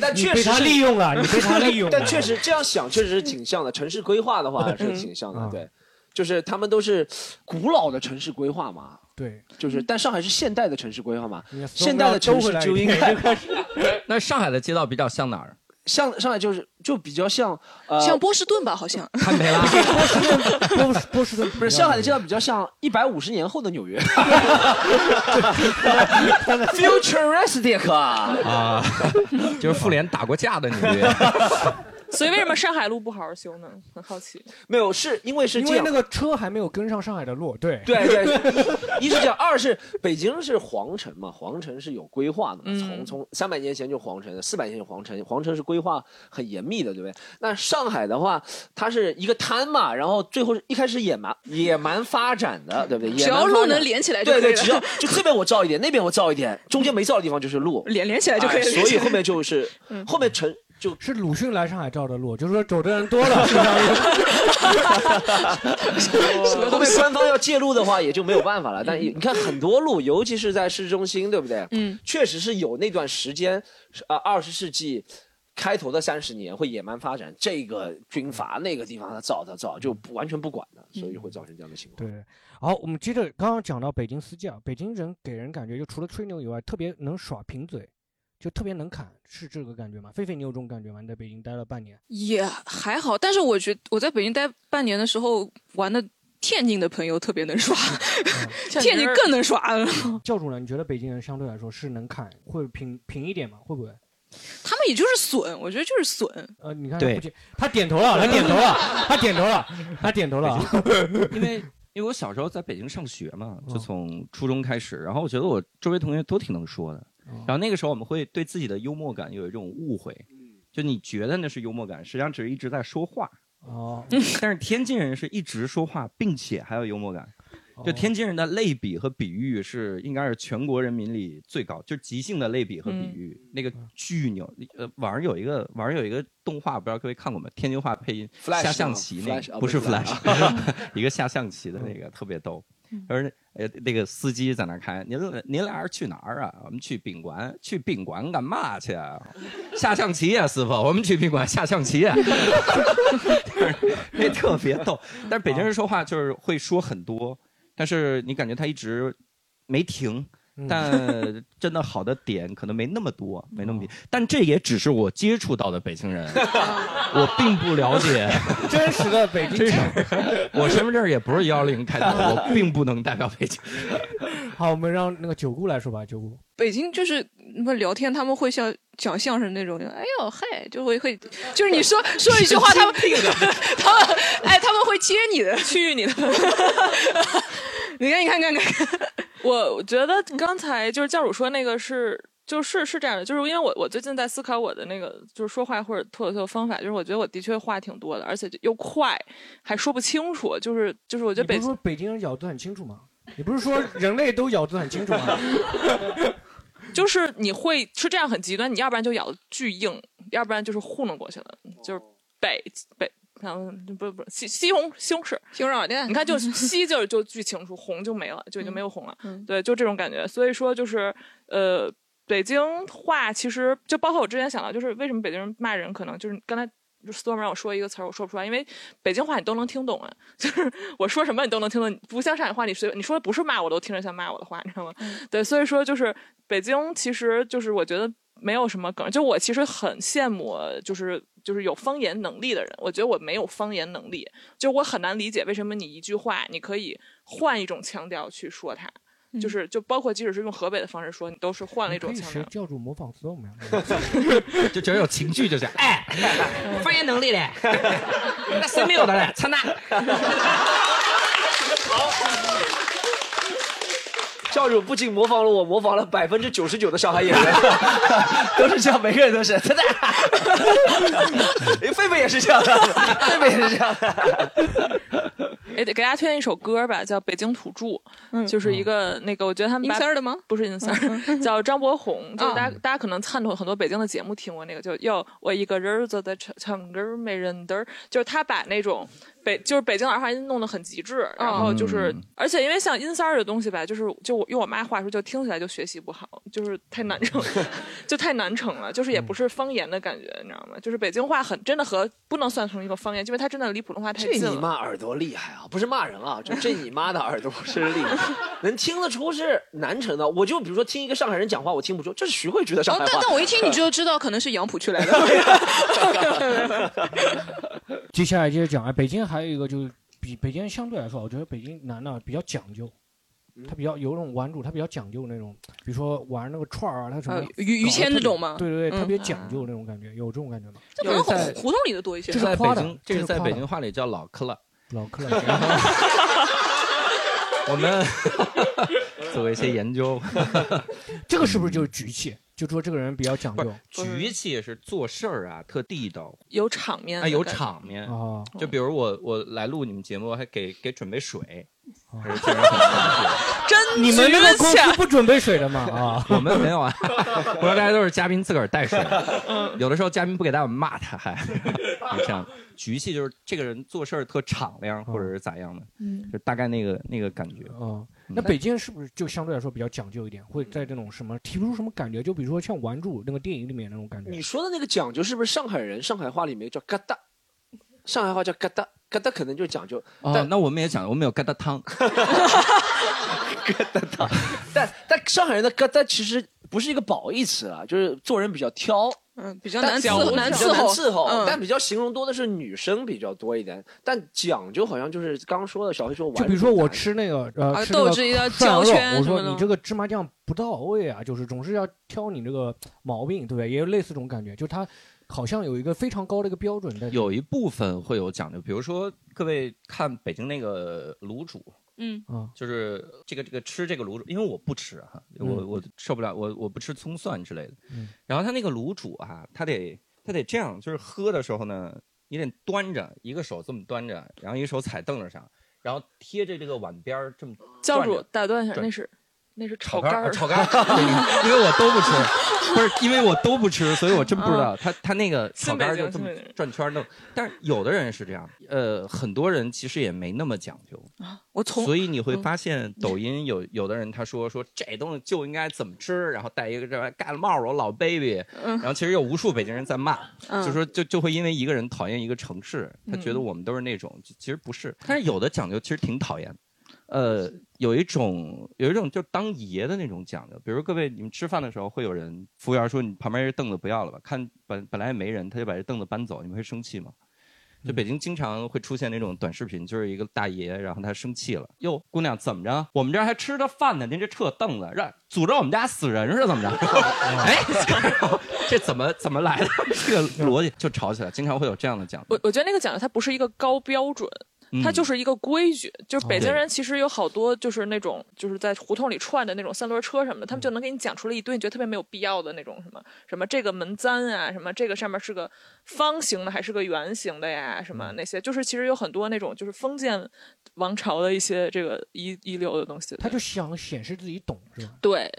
Speaker 2: 但
Speaker 7: 你
Speaker 2: 确
Speaker 7: 被
Speaker 2: 实
Speaker 7: 他
Speaker 2: 是
Speaker 7: 利用了，你被他利用了。
Speaker 2: 但确实这样想，确实是挺像的。城市规划的话是挺像的，
Speaker 7: 嗯
Speaker 2: 对，就是他们都是古老的城市规划嘛，
Speaker 7: 对，
Speaker 2: 就是但上海是现代的城市规划嘛
Speaker 7: 嗯你看，
Speaker 2: 现代的城市就应该
Speaker 5: 那上海的街道比较像哪儿？
Speaker 2: 像上海就是就比较像呃，
Speaker 4: 像波士顿吧，好像。
Speaker 5: 堪培 拉。
Speaker 7: 波士波士顿
Speaker 2: 不是上海的街道比较像一百五十年后的纽 约 ，futuristic 啊。
Speaker 5: 啊，就是复联打过架的纽约。
Speaker 3: 所以为什么上海路不好好修呢？很好奇。
Speaker 2: 没有，是因为是
Speaker 7: 因
Speaker 2: 这
Speaker 7: 为
Speaker 2: 样
Speaker 7: 那。个车还没有跟上上海的路，对
Speaker 2: 对对，一一是这样，二是北京是皇城嘛， 皇城是有规划的嘛，
Speaker 7: 嗯
Speaker 2: 从从三百年前就皇城，四百年前就皇城，皇城是规划很严密的，对不对？那上海的话，它是一个滩嘛，然后最后一开始野蛮野蛮发展 的，对不对？
Speaker 4: 只要
Speaker 2: 野蛮发展
Speaker 4: 路能连起来就
Speaker 2: 对对，
Speaker 4: 可以了
Speaker 2: 只要就这边我造一点，那边我造一 点，中间没造的地方就是路，
Speaker 4: 连连起来就可以了
Speaker 2: 哎所以后面就是
Speaker 4: 嗯
Speaker 2: 后面城就是
Speaker 7: 鲁迅来上海照的路，就是说走的人多了，是这样一个
Speaker 2: 后面官方要介入的话，也就没有办法了。但也你看很多路，尤其是在市中心，对不对？
Speaker 4: 嗯，
Speaker 2: 确实是有那段时间，呃，二十世纪。开头的三十年会野蛮发展，这个军阀那个地方他造他造就不完全不管的，所以会造成这样的情况。
Speaker 7: 对，好，我们接着刚刚讲到北京司机啊，北京人给人感觉就除了吹牛以外，特别能耍贫嘴，就特别能侃，是这个感觉吗？狒狒，你有这种感觉吗？你在北京待了半年，
Speaker 4: 也还好，但是我觉我在北京待半年的时候，玩的天津的朋友特别能耍，天津更能耍了。
Speaker 7: 嗯 教主呢？你觉得北京人相对来说是能侃，会平平一点吗？会不会？
Speaker 4: 他们也就是损，我觉得就是损。
Speaker 7: 呃，你看
Speaker 4: 对
Speaker 7: 不仅他点头了，他点头了，他点头了， 他点头了。
Speaker 2: 啊
Speaker 5: 因为因为我小时候在北京上学嘛，
Speaker 2: 哦
Speaker 5: 就从初中开始，然后我觉得我周围同学都挺能说的，然
Speaker 7: 哦
Speaker 5: 后那个时候我们会对自己的幽默感有一种误会，
Speaker 2: 嗯
Speaker 5: 就你觉得那是幽默感，实际上只是一直在说 话。
Speaker 7: 哦，
Speaker 5: 但是天津人是一直说话，并且还有幽默感。
Speaker 7: 哦
Speaker 2: 哦
Speaker 5: 就天津人的类比和比喻是应该是全国人民里最高，就即兴的类比和比喻、那
Speaker 2: 嗯
Speaker 5: 个巨牛。呃，网上有一个网上有一个动画，不知道各位看过没？天津话配音
Speaker 2: Flash
Speaker 5: 下象棋那
Speaker 2: Flash，
Speaker 5: 个，
Speaker 2: 哦
Speaker 5: 不是
Speaker 2: 不是嗯
Speaker 5: Flash，
Speaker 2: Flash
Speaker 5: 一个下象棋的那个特别逗。他说：“呃，那个司机在那儿开，您您俩是去哪儿啊？我们去宾馆，去宾馆干嘛去啊？下象棋啊，师傅，我们去宾馆下象棋啊。 那 特别逗。但是北京人说话就是会说很多，但是你感觉他一直没停。
Speaker 7: 嗯
Speaker 5: 但真的好的点可能没那么 多，没那么多。但这也只是我接触到的北京人，我并不了解
Speaker 7: 真实的北京
Speaker 5: 人。 我身份证也不是幺零 开头，我并不能代表北京。
Speaker 7: 好，我们让那个九姑来说吧，九姑。
Speaker 4: 北京就是那么聊天，他们会像讲相声那种，哎呦嗨，就会会，就是你说说一句 话，他们 他们哎他们会接你的，
Speaker 3: 去你的！
Speaker 4: 你看你看看看，
Speaker 3: 我觉得刚才就是教主说那个是。就是是这样的，就是因为我我最近在思考我的那个就是说话或者脱口秀的方法，就是我觉得我的确话挺多的，而且又快，还说不清楚，就是就是我觉
Speaker 7: 你不
Speaker 3: 得北
Speaker 7: 是说北京人咬字很清楚吗？你不是说人类都咬字很清楚 吗？
Speaker 3: 就是你会是这样很极端，你要不然就咬得巨硬，要不然就是糊弄过去了，就是北北。然后不不西西红西红柿西红柿炒
Speaker 4: 店
Speaker 3: 你看就是西 就是就巨清楚，红就没了，就已经没有红了。
Speaker 4: 嗯
Speaker 3: 对，就这种感觉。所以说就是呃，北京话其实就包括我之前想到，就是为什么北京人骂人，可能就是刚才就是 storm 让我说一个词儿，我说不出来，因为北京话你都能听懂啊， 就是我说什么你都能听懂，不像上海话，你随你说的不是骂我都听着像骂我的话，你知道吗？ 对，所以说就是北京，其实就是我觉得没有什么梗，就我其实很羡慕，就是就是有方言能力的人，我觉得我没有方言能力，就我很难理解为什么你一句话你可以换一种腔调去说它。就是，就包括即使是用河北的方式说，你都是换了一种
Speaker 7: 你可以
Speaker 3: 腔
Speaker 7: 学
Speaker 3: 调。
Speaker 7: 教主模仿 storm 呀。
Speaker 5: 就只要有情绪就行。哎，方言能力嘞，那谁没有的嘞？操那！
Speaker 2: 教主不仅模仿了我，模仿了百分之九十九的上海演员， 都是这样，每个人都是。真的， 狒狒也是这样的，狒狒也是这样的。
Speaker 3: 也哎得给大家推荐一首歌吧，叫《北京土著》，
Speaker 2: 嗯
Speaker 3: 就是一个那个，我觉得他们把
Speaker 4: Insert 嗯的吗？嗯
Speaker 3: 不是 insert，叫张博宏，就是
Speaker 4: 啊
Speaker 3: 大家大家可能看到很多北京的节目听过那个，就要我一个人儿坐在唱唱歌儿没人嘚儿，就是他把那种北就是北京儿化音弄得很极致，然后就是
Speaker 4: 嗯
Speaker 3: 而且因为像 insert 的东西吧，就是就我用我妈话说，就听起来就学习不好，就是太难成， 就太难成了，就是也
Speaker 2: 嗯
Speaker 3: 不是方言的感觉，你知道吗？就是北京话很真的和不能算成一个方言，因为它真的离普通话太
Speaker 2: 哎这
Speaker 3: 近
Speaker 2: 你妈
Speaker 3: 了。
Speaker 2: 耳朵厉害啊！不是骂人啊，就这你妈的耳朵是厉 害，能听得出是南城的。我就比如说听一个上海人讲话，我听不出这是徐汇区的上
Speaker 4: 哦
Speaker 2: 海，话。
Speaker 4: 但但我一听你就知道可能是杨浦区来的。
Speaker 7: 接啊下来接着讲啊，北京还有一个就是比北京相对来说，我觉得北京男的比较讲究，
Speaker 2: 嗯
Speaker 7: 他比较有那种玩主，他比较讲究那种，比如说玩那个串儿啊，他什么
Speaker 4: 呃于于
Speaker 7: 搞得
Speaker 4: 谦
Speaker 7: 特
Speaker 4: 这
Speaker 7: 别
Speaker 4: 种吗
Speaker 7: 对对对，
Speaker 4: 嗯
Speaker 7: 特别讲究那种感觉，有这种感觉吗？
Speaker 4: 这可能胡胡同里的多一些。
Speaker 5: 这在北京，这是在北京
Speaker 7: 的
Speaker 5: 话里叫老克了。
Speaker 7: 老克了。
Speaker 5: 我们做过一些研究，
Speaker 7: 这个是不是就是局气？就说这个人比较讲
Speaker 5: 不
Speaker 7: 究
Speaker 5: 是，局气是做事儿啊，特地道，
Speaker 4: 有场面的
Speaker 5: 啊，有
Speaker 4: 感觉
Speaker 5: 场面
Speaker 7: 哦
Speaker 5: 就比如我我来录你们节目，我还给给准备水，
Speaker 7: 哦
Speaker 5: 还是挺
Speaker 4: 真
Speaker 7: 你们那个
Speaker 4: 局
Speaker 7: 公
Speaker 4: 气啊
Speaker 7: 司不准备水的吗？啊，
Speaker 5: 我们没有啊， 我说大家都是嘉宾自个儿带水，有的时候嘉宾不给带我们骂他，还这样局气就是这个人做事儿特敞亮，或者是咋样的，
Speaker 4: 嗯
Speaker 5: 就大概那个那个感觉。
Speaker 7: 啊，
Speaker 5: 嗯
Speaker 7: 那北京是不是就相对来说比较讲究一点？会在这种什么提不出什么感觉？就比如说像《顽主》那个电影里面那种感觉。
Speaker 2: 你说的那个讲究是不是上海人？上海话里面叫嘎哒，上海话叫嘎哒，嘎哒可能就是讲究。
Speaker 5: 哦，那我们也讲，我们有疙瘩汤，
Speaker 2: 但但上海人的嘎哒其实不是一个褒义词啊，就是做人比较挑。
Speaker 4: 嗯，比较
Speaker 2: 但
Speaker 4: 难伺
Speaker 2: 讲
Speaker 4: 候，
Speaker 2: 究
Speaker 4: 难
Speaker 2: 比
Speaker 4: 伺
Speaker 2: 较难
Speaker 4: 候，
Speaker 2: 伺候，
Speaker 4: 嗯
Speaker 2: 但比较形容多的是女生比较多一点，但讲究好像就是刚刚说的小黑说完，
Speaker 7: 就比如说我吃那个
Speaker 4: 啊
Speaker 7: 呃，吃那
Speaker 4: 豆
Speaker 7: 个
Speaker 4: 汁要
Speaker 7: 涮羊
Speaker 4: 焦
Speaker 7: 肉
Speaker 4: 圈
Speaker 7: 我
Speaker 4: 什
Speaker 7: 说
Speaker 4: 么的
Speaker 7: 你这个芝麻酱不到位啊，就是总是要挑你这个毛病，对不对？也有类似这种感觉，就他好像有一个非常高的一个标准在。
Speaker 5: 有一部分会有讲究，比如说各位看北京那个卤煮，
Speaker 4: 嗯
Speaker 7: 啊，
Speaker 5: 就是这个这个吃这个卤煮，因为我不吃啊，我
Speaker 7: 嗯
Speaker 5: 我受不了，我我不吃葱蒜之类的。
Speaker 7: 嗯
Speaker 5: 然后他那个卤煮啊，他得他得这样，就是喝的时候呢，你得端着，一个手这么端着，然后一个手踩凳子上，然后贴着这个碗边儿这么
Speaker 4: 教
Speaker 5: 转
Speaker 4: 主
Speaker 5: 着。
Speaker 4: 打断一下，
Speaker 5: 对
Speaker 4: 那是那是
Speaker 5: 炒
Speaker 4: 炒
Speaker 5: 肝儿，
Speaker 4: 肝
Speaker 5: 啊
Speaker 4: 儿，
Speaker 5: 炒肝儿，因为我都不吃，不是因为我都不吃，所以我真不知道他他那个炒肝儿就这么
Speaker 4: 嗯新北京
Speaker 5: 转圈儿弄。但是有的人是这样，呃，很多人其实也没那么讲究，
Speaker 4: 啊我从嗯
Speaker 5: 所以你会发 现抖音有有的人他说说这东西就应该怎么吃，然后戴一个这盖了帽儿我老 baby，
Speaker 4: 嗯
Speaker 5: 然后其实有无数北京人在骂，
Speaker 4: 嗯
Speaker 5: 就说就就会因为一个人讨厌一个城市，他觉得
Speaker 4: 嗯
Speaker 5: 我们都是那种，其其实不是，但是有的讲究其实挺讨厌的。呃，有一种有一种就当爷的那种讲究，比如各位你们吃饭的时候，会有人服务员说你旁边这凳子不要了吧，看本本来也没人，他就把这凳子搬走，你们会生气吗？就北京经常会出现那种短视频，就是一个大爷，然后他生气了，哟，姑娘怎么着？我们这儿还吃着饭呢，您这撤凳子，让诅咒我们家死人是怎么着？ 哎，这怎么怎么来的？ 这个逻辑就吵起来，经常会有这样的讲。
Speaker 3: 我我觉得那个讲究它不是一个高标准，
Speaker 5: 嗯哦
Speaker 3: 它就是一个规矩。就是北京
Speaker 5: 对
Speaker 3: 人其实有好多就是那种就是在胡同里串的那种三轮车什么的，
Speaker 5: 嗯
Speaker 3: 他们就能给你讲出来一堆你觉得特别没有必要的那种什么什么这个门簪啊，什么这个上面是个方形的还是个圆形的呀，什
Speaker 5: 嗯
Speaker 3: 么那些就是其实有很多那种就是封建王朝的一些这个遗遗留的东西。
Speaker 7: 他就想显示自己懂，是吧？
Speaker 3: 对，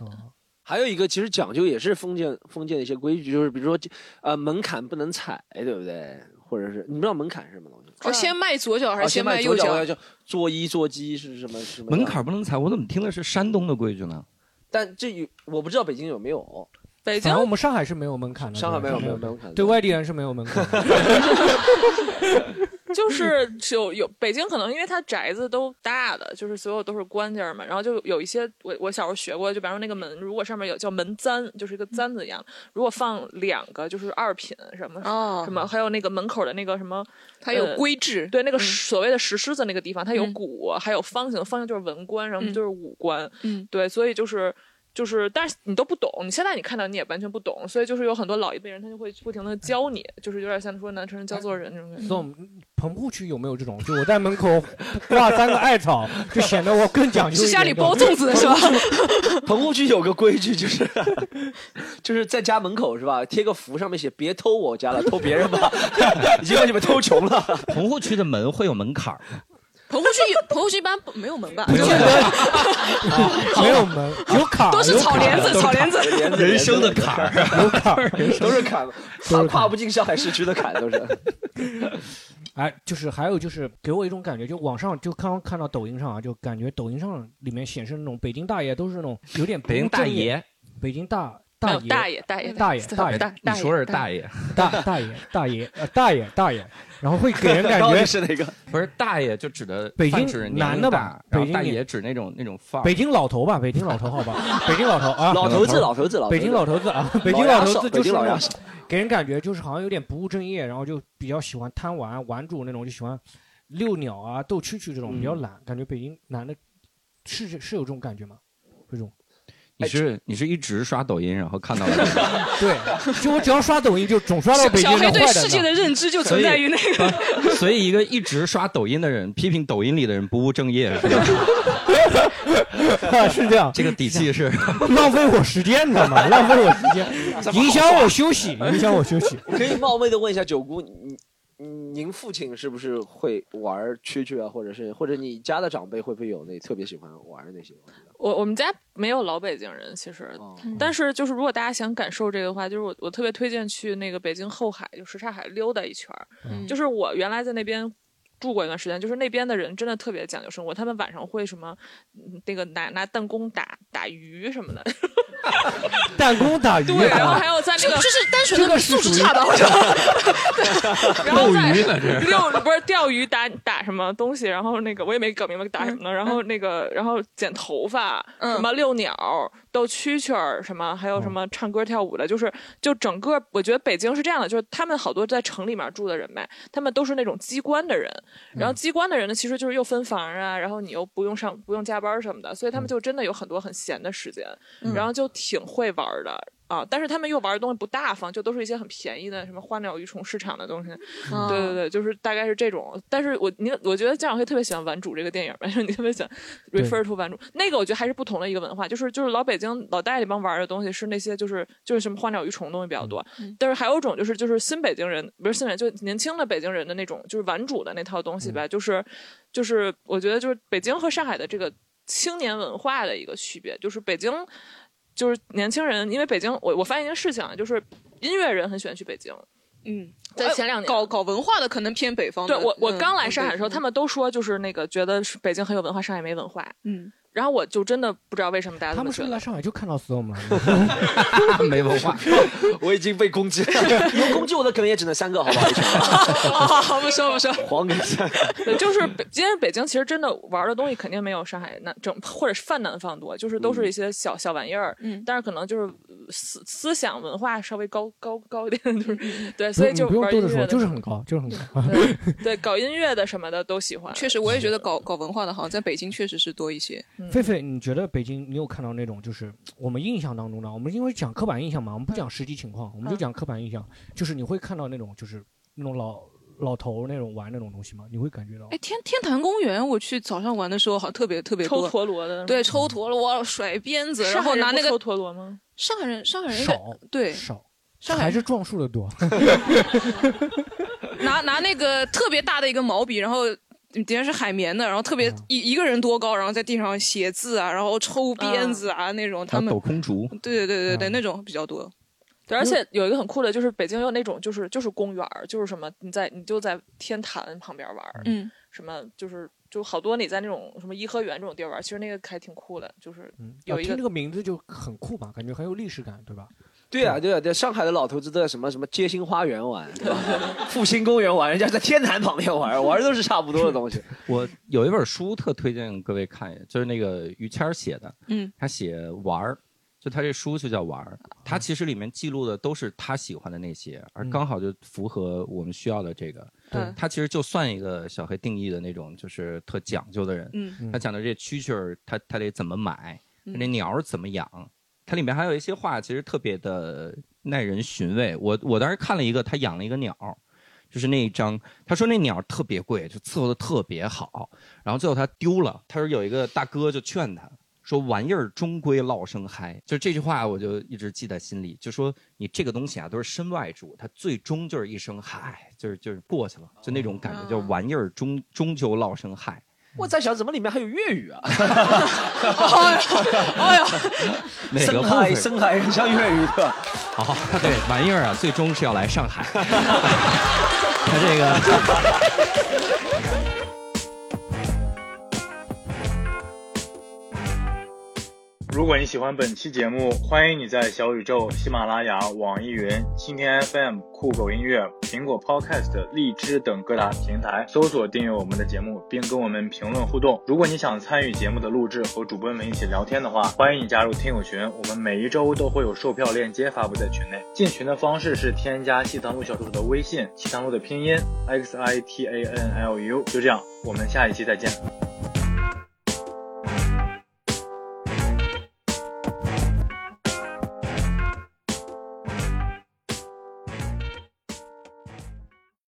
Speaker 2: 还有一个其实讲究也是封建封建的一些规矩，就是比如说呃门槛不能踩，对不对？或者是你不知道门槛是什么东西？
Speaker 4: 哦，先迈左脚还
Speaker 2: 啊
Speaker 4: 是
Speaker 2: 先
Speaker 4: 迈
Speaker 2: 左
Speaker 4: 右
Speaker 2: 脚，要叫作揖作揖是什么什么样？
Speaker 5: 门槛不能踩，我怎么听的是山东的规矩 呢？
Speaker 2: 但这有我不知道北京有没有，
Speaker 4: 北京
Speaker 7: 反正我们上海是没有门槛的，
Speaker 2: 上海没
Speaker 7: 对吧
Speaker 2: 有没有没有门槛。
Speaker 7: 对外地人是没有 门槛的。
Speaker 3: 就是有有北京可能因为它宅子都大的，就是所有都是官家嘛，然后就有一些我我小时候学过，就比方说那个门，如果上面有叫门簪，就是一个簪子一样，如果放两个就是二品什么。
Speaker 4: 哦
Speaker 3: 什，么？还有那个门口的那个什么，
Speaker 4: 它有
Speaker 3: 呃
Speaker 4: 规制，
Speaker 3: 对，那个所谓的石狮子那个地方，它有
Speaker 4: 嗯
Speaker 3: 鼓，还有方形，方形就是文官，然后
Speaker 4: 嗯
Speaker 3: 就是武官，
Speaker 4: 嗯
Speaker 3: 对，所以就是就是，但是你都不懂，你现在你看到你也完全不懂，所以就是有很多老一辈人他就会不停的教你，就是有点像说南城
Speaker 4: 嗯
Speaker 3: 人教做人那种感觉。
Speaker 7: 那我们棚户区有没有这种？就我在门口挂三个艾草，就显得我更讲究一点。
Speaker 4: 是家里包粽子的是吧？
Speaker 2: 棚户区有个规矩，就是就是在家门口是吧，贴个符，上面写“别偷我 家了，偷别人吧”， 已经让你们偷 穷了。
Speaker 5: 棚户区的门会有门槛儿吗？
Speaker 4: 棚户区有棚户区一般不没有门吧？
Speaker 5: 有
Speaker 4: 就是
Speaker 2: 啊
Speaker 7: 没有门，有坎儿，
Speaker 4: 都是
Speaker 7: 有
Speaker 4: 草
Speaker 7: 坎儿
Speaker 4: 帘子，草帘子。
Speaker 5: 人生的坎儿，
Speaker 7: 有坎儿，
Speaker 2: 都是坎，跨跨不进上海市区的坎，都是。
Speaker 7: 哎，就是还有就是给我一种感觉，就网上就刚刚看到抖音上啊，就感觉抖音上里面显示那种北京大爷都是那种有点不务
Speaker 5: 北京大
Speaker 7: 正业，
Speaker 5: 爷，
Speaker 7: 北京大
Speaker 3: 没
Speaker 7: 大
Speaker 3: 有
Speaker 7: 爷
Speaker 3: 大爷，大爷，
Speaker 7: 大爷大爷
Speaker 3: 大
Speaker 5: 你
Speaker 3: 大爷，
Speaker 5: 说是大爷，
Speaker 7: 大大爷大爷呃大爷大爷，然后会给 人感
Speaker 2: 到底
Speaker 7: 觉
Speaker 2: 是哪个？
Speaker 5: 不是大爷就指的
Speaker 7: 北京
Speaker 5: 泛指人年
Speaker 7: 男
Speaker 5: 龄
Speaker 7: 的
Speaker 5: 大
Speaker 7: 吧
Speaker 5: 然后
Speaker 7: 北京
Speaker 5: 大
Speaker 7: 也
Speaker 5: 爷指那种那种范儿。哎
Speaker 7: 北京老头吧，北京老头好吧， 北京老头啊，
Speaker 2: 老头子，老头子，老头子
Speaker 7: 北京老头子啊，北京老头子
Speaker 2: 北
Speaker 7: 就是
Speaker 2: 京老
Speaker 7: 那
Speaker 2: 牙
Speaker 7: 种
Speaker 2: 手。
Speaker 7: 给人感觉就是好像有点不务正业，然后就比较喜欢贪嗯玩玩主那种，就喜欢遛鸟啊、斗蛐蛐这种，比较懒。感觉北京男的是是是有这种感觉吗？这种
Speaker 5: 你是你是一直刷抖音，然后看到了这 个
Speaker 7: 对，就我只要刷抖音，就总刷到北京
Speaker 4: 小黑
Speaker 7: 的
Speaker 4: 对
Speaker 7: 坏
Speaker 4: 世界
Speaker 7: 的
Speaker 4: 的
Speaker 7: 呢。
Speaker 4: 认知就存在于那个。
Speaker 5: 所以一个一直刷抖音的人，批评抖音里的人不务正业，是吧？
Speaker 7: 是这样，
Speaker 5: 这个底气 是
Speaker 7: 浪费我时间，你知道 吗？浪费我时间， 影响我休 息，影响我休 息。
Speaker 2: 我可以冒昧的问一下九姑，你你您父亲是不是会玩蛐蛐啊，或者是或者你家的长辈会不会有那特别喜欢玩的那些？
Speaker 3: 我我们家没有老北京人，其实，但是就是如果大家想感受这个的话，就是我我特别推荐去那个北京后海，就什刹海溜达一圈儿、
Speaker 4: 嗯
Speaker 3: 就是我原来在那边。住过一段时间，就是那边的人真的特别讲究生活，他们晚上会什么，嗯那个拿拿弹弓打打鱼什么的，
Speaker 7: 弹弓打鱼，啊
Speaker 3: 对，然后 还有在那
Speaker 4: 就
Speaker 3: 个
Speaker 4: 就是单纯
Speaker 7: 这
Speaker 4: 的
Speaker 7: 个是
Speaker 4: 素
Speaker 7: 属
Speaker 4: 质
Speaker 7: 于
Speaker 4: 差吧， 我觉得。
Speaker 3: 然后在钓不是钓鱼打打什么东西，然后那个我也没搞明白打什么呢，然后那个然后剪头发，
Speaker 4: 嗯
Speaker 3: 什么遛鸟、斗蛐蛐儿什么，还有什么唱歌跳舞的，就是就整个我觉得北京是这样的，就是他们好多在城里面住的人呗，他们都是那种机关的人，然后机关的人呢，其实就是又分房啊，然后你又不用上不用加班什么的，所以他们就真的有很多很闲的时间，然后就挺会玩儿的。啊！但是他们又玩的东西不大方，就都是一些很便宜的，什么花鸟鱼虫市场的东西，对对对，就是大概是这种。但是我你我觉得姜小黑特别喜欢《顽主》这个电影，但是你特别喜欢 refer to 顽主那个，我觉得还是不同的一个文化，就是就是老北京老戴那帮玩的东西是那些就是就是什么花鸟鱼虫东西比较多，但是还有一种就是就是新北京人不是新北就年轻的北京人的那种就是顽主的那套东西吧，就是就是我觉得就是北京和上海的这个青年文化的一个区别，就是北京。就是年轻人，因为北京，我我发现一个事情啊，就是音乐人很喜欢去北京，
Speaker 4: 嗯，
Speaker 3: 在前两年
Speaker 4: 搞搞文化的可能偏北方的。
Speaker 3: 对我，我
Speaker 4: 嗯
Speaker 3: 刚来上海的时候，他
Speaker 4: 们
Speaker 3: 们都说就是那个觉得是北京很有文化，上海没文化。
Speaker 4: 嗯，
Speaker 3: 然后我就真的不知道为什么大家
Speaker 7: 他
Speaker 3: 这么
Speaker 7: 们
Speaker 3: 觉
Speaker 7: 是不是
Speaker 3: 得
Speaker 7: 来。上海就看到 storm 了？
Speaker 5: 没文化。
Speaker 2: 我已经被攻击了，能攻击我的可能也只能三个，好不好？一群
Speaker 4: 好，不说不说，
Speaker 2: 黄给三个。
Speaker 3: 对，就是北，因为北京其实真的玩的东西肯定没有上海南整或者是泛南方多，就是都是一些小、小玩意儿。
Speaker 4: 嗯
Speaker 3: 但是可能就是呃思思想文化稍微高 高高一点，
Speaker 4: 嗯
Speaker 3: 就是对，所以
Speaker 7: 你
Speaker 3: 就
Speaker 7: 不用
Speaker 3: 玩
Speaker 7: 多
Speaker 3: 音
Speaker 7: 的
Speaker 3: 乐
Speaker 7: 说，
Speaker 3: 的，
Speaker 7: 就是很高，就是很高。
Speaker 3: 对搞音乐的什么的都喜欢。
Speaker 4: 嗯确实我也觉得搞搞文化的，好像在北京确实是多一些。
Speaker 7: 菲菲，你觉得北京你有看到那种就是我们印象当中的？我们因为讲刻板印象嘛，我
Speaker 4: 嗯
Speaker 7: 们不讲实际情况，我们就讲刻板印象，就是你会看到那种就是那种老老头儿那种玩那种东西吗？你会感觉到
Speaker 4: 哎，？天天坛公园，我去早上玩的时候，好像特别特别
Speaker 3: 抽
Speaker 4: 多。
Speaker 3: 陀螺的，，
Speaker 4: 对，抽陀螺、甩鞭子，
Speaker 3: 上海
Speaker 4: 然后
Speaker 3: 人
Speaker 4: 拿
Speaker 3: 不
Speaker 4: 那
Speaker 3: 抽
Speaker 4: 个
Speaker 3: 陀螺吗？
Speaker 4: 上海人，上海人应该
Speaker 7: 少
Speaker 4: 对，
Speaker 7: 少，
Speaker 4: 上海
Speaker 7: 还是撞树的 多。
Speaker 4: 拿拿那个特别大的一个毛笔，然后底下是海绵的，然后特别
Speaker 7: 嗯
Speaker 4: 一、一个人多高，然后在地上写字啊，然后抽鞭
Speaker 3: 嗯
Speaker 4: 子啊、那种，
Speaker 5: 还
Speaker 4: 他
Speaker 5: 有
Speaker 4: 们
Speaker 5: 抖空竹，
Speaker 4: 对对对对对、
Speaker 7: 嗯
Speaker 4: 那种比较多。
Speaker 3: 对，而且有一个很酷的，就是北京有那种就是就是公园儿，就是什么你在你就在天坛旁边玩儿，
Speaker 4: 嗯，
Speaker 3: 什么就是就好多你在那种什么颐和园这种地儿玩儿，其实那个还挺酷的，就是
Speaker 7: 嗯，
Speaker 3: 有
Speaker 7: 啊
Speaker 3: 一
Speaker 7: 听
Speaker 3: 个
Speaker 7: 这个名字就很酷嘛，感觉很有历史感，对吧？
Speaker 2: 对啊，对啊，对啊，上海的老头子都在什么什么街心花园玩，对吧？复兴公园玩，人家在天坛旁边玩，玩的都是差不多的东西。
Speaker 5: 我有一本书特推荐各位看一眼，就是那个于谦儿写的，
Speaker 4: 嗯，
Speaker 5: 他写玩儿，就他这书就叫玩儿，他其实里面记录的都是他喜欢的那些，而
Speaker 7: 嗯
Speaker 5: 刚好就符合我们需要的这个。
Speaker 4: 嗯
Speaker 5: 他其实就算一个小黑定义的那种，就是特讲究的人。
Speaker 4: 嗯
Speaker 7: 嗯
Speaker 5: 他讲的这蛐蛐儿，他他得怎么买，
Speaker 4: 嗯
Speaker 5: 那鸟儿怎么养，它里面还有一些话，其实特别的耐人寻味。我我当时看了一个，他养了一个鸟，就是那一章，他说那鸟特别贵，就伺候的特别好，然后最后他丢了，他说有一个大哥就劝他。说玩意儿终归落生嗨，就这句话我就一直记在心里。就说你这个东西啊，都是身外之物，它最终就是一声嗨，就是就是过去了，就那种感觉，叫玩意儿终终究落生嗨。
Speaker 2: 我在想，怎么里面还有粤语啊？
Speaker 5: 哪个
Speaker 2: 深
Speaker 5: 部分
Speaker 2: 海，深海人像粤语对吧？
Speaker 5: 好，对，玩意儿啊，最终是要来上 海。他这个，
Speaker 1: 如果你喜欢本期节目，欢迎你在小宇宙、喜马拉雅、网易云、蜻蜓 FM、酷狗音乐、苹果 Podcast、荔枝等各大平台搜索订阅我们的节目，并跟我们评论互动。如果你想参与节目的录制和主播们一起聊天的话，欢迎你加入听友群，我们每一周都会有售票链接发布在群内。进群的方式是添加西塘路小助手的微信，西塘路的拼音 x i t a n l u。就这样，我们下一期再见。